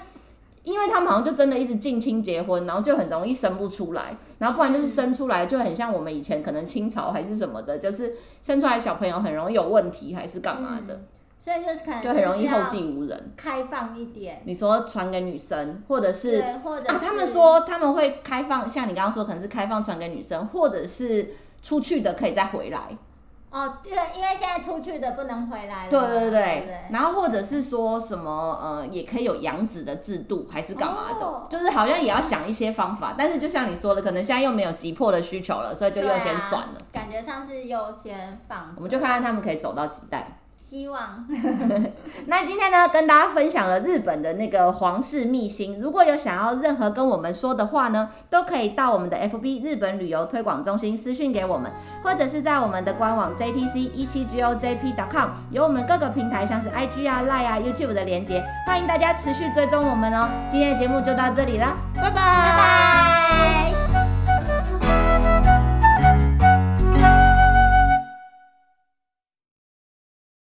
[SPEAKER 1] 因为他们好像就真的一直近亲结婚，然后就很容易生不出来，然后不然就是生出来就很像我们以前可能清朝还是什么的，就是生出来小朋友很容易有问题还是干嘛的，
[SPEAKER 2] 所以就是可能
[SPEAKER 1] 就很容易
[SPEAKER 2] 就是要
[SPEAKER 1] 后继无人。
[SPEAKER 2] 开放一点，
[SPEAKER 1] 你说传给女生，或者是
[SPEAKER 2] 对或者
[SPEAKER 1] 啊，他们
[SPEAKER 2] 是
[SPEAKER 1] 说他们会开放，像你刚刚说，可能是开放传给女生，或者是出去的可以再回来。
[SPEAKER 2] 哦，因为因为现在出去的不能回来了嘛，
[SPEAKER 1] 对对对
[SPEAKER 2] 对不
[SPEAKER 1] 对，然后或者是说什么呃，也可以有养子的制度，还是干嘛的？
[SPEAKER 2] 哦
[SPEAKER 1] 就是好像也要想一些方法，但是就像你说的，可能现在又没有急迫的需求了，所以就又
[SPEAKER 2] 对
[SPEAKER 1] 先
[SPEAKER 2] 啊
[SPEAKER 1] 算了。
[SPEAKER 2] 感觉上是优先放着，
[SPEAKER 1] 我们就看看他们可以走到几代。
[SPEAKER 2] 希 望
[SPEAKER 1] 那今天呢，跟大家分享了日本的那个皇室秘辛。如果有想要任何跟我们说的话呢，都可以到我们的 FB 日本旅游推广中心私讯给我们，或者是在我们的官网 JTC 一七 GOJP.com 有我们各个平台像是 IG 啊、Line 啊、YouTube 的连接，欢迎大家持续追踪我们哦。今天的节目就到这里了，拜拜
[SPEAKER 2] 拜拜。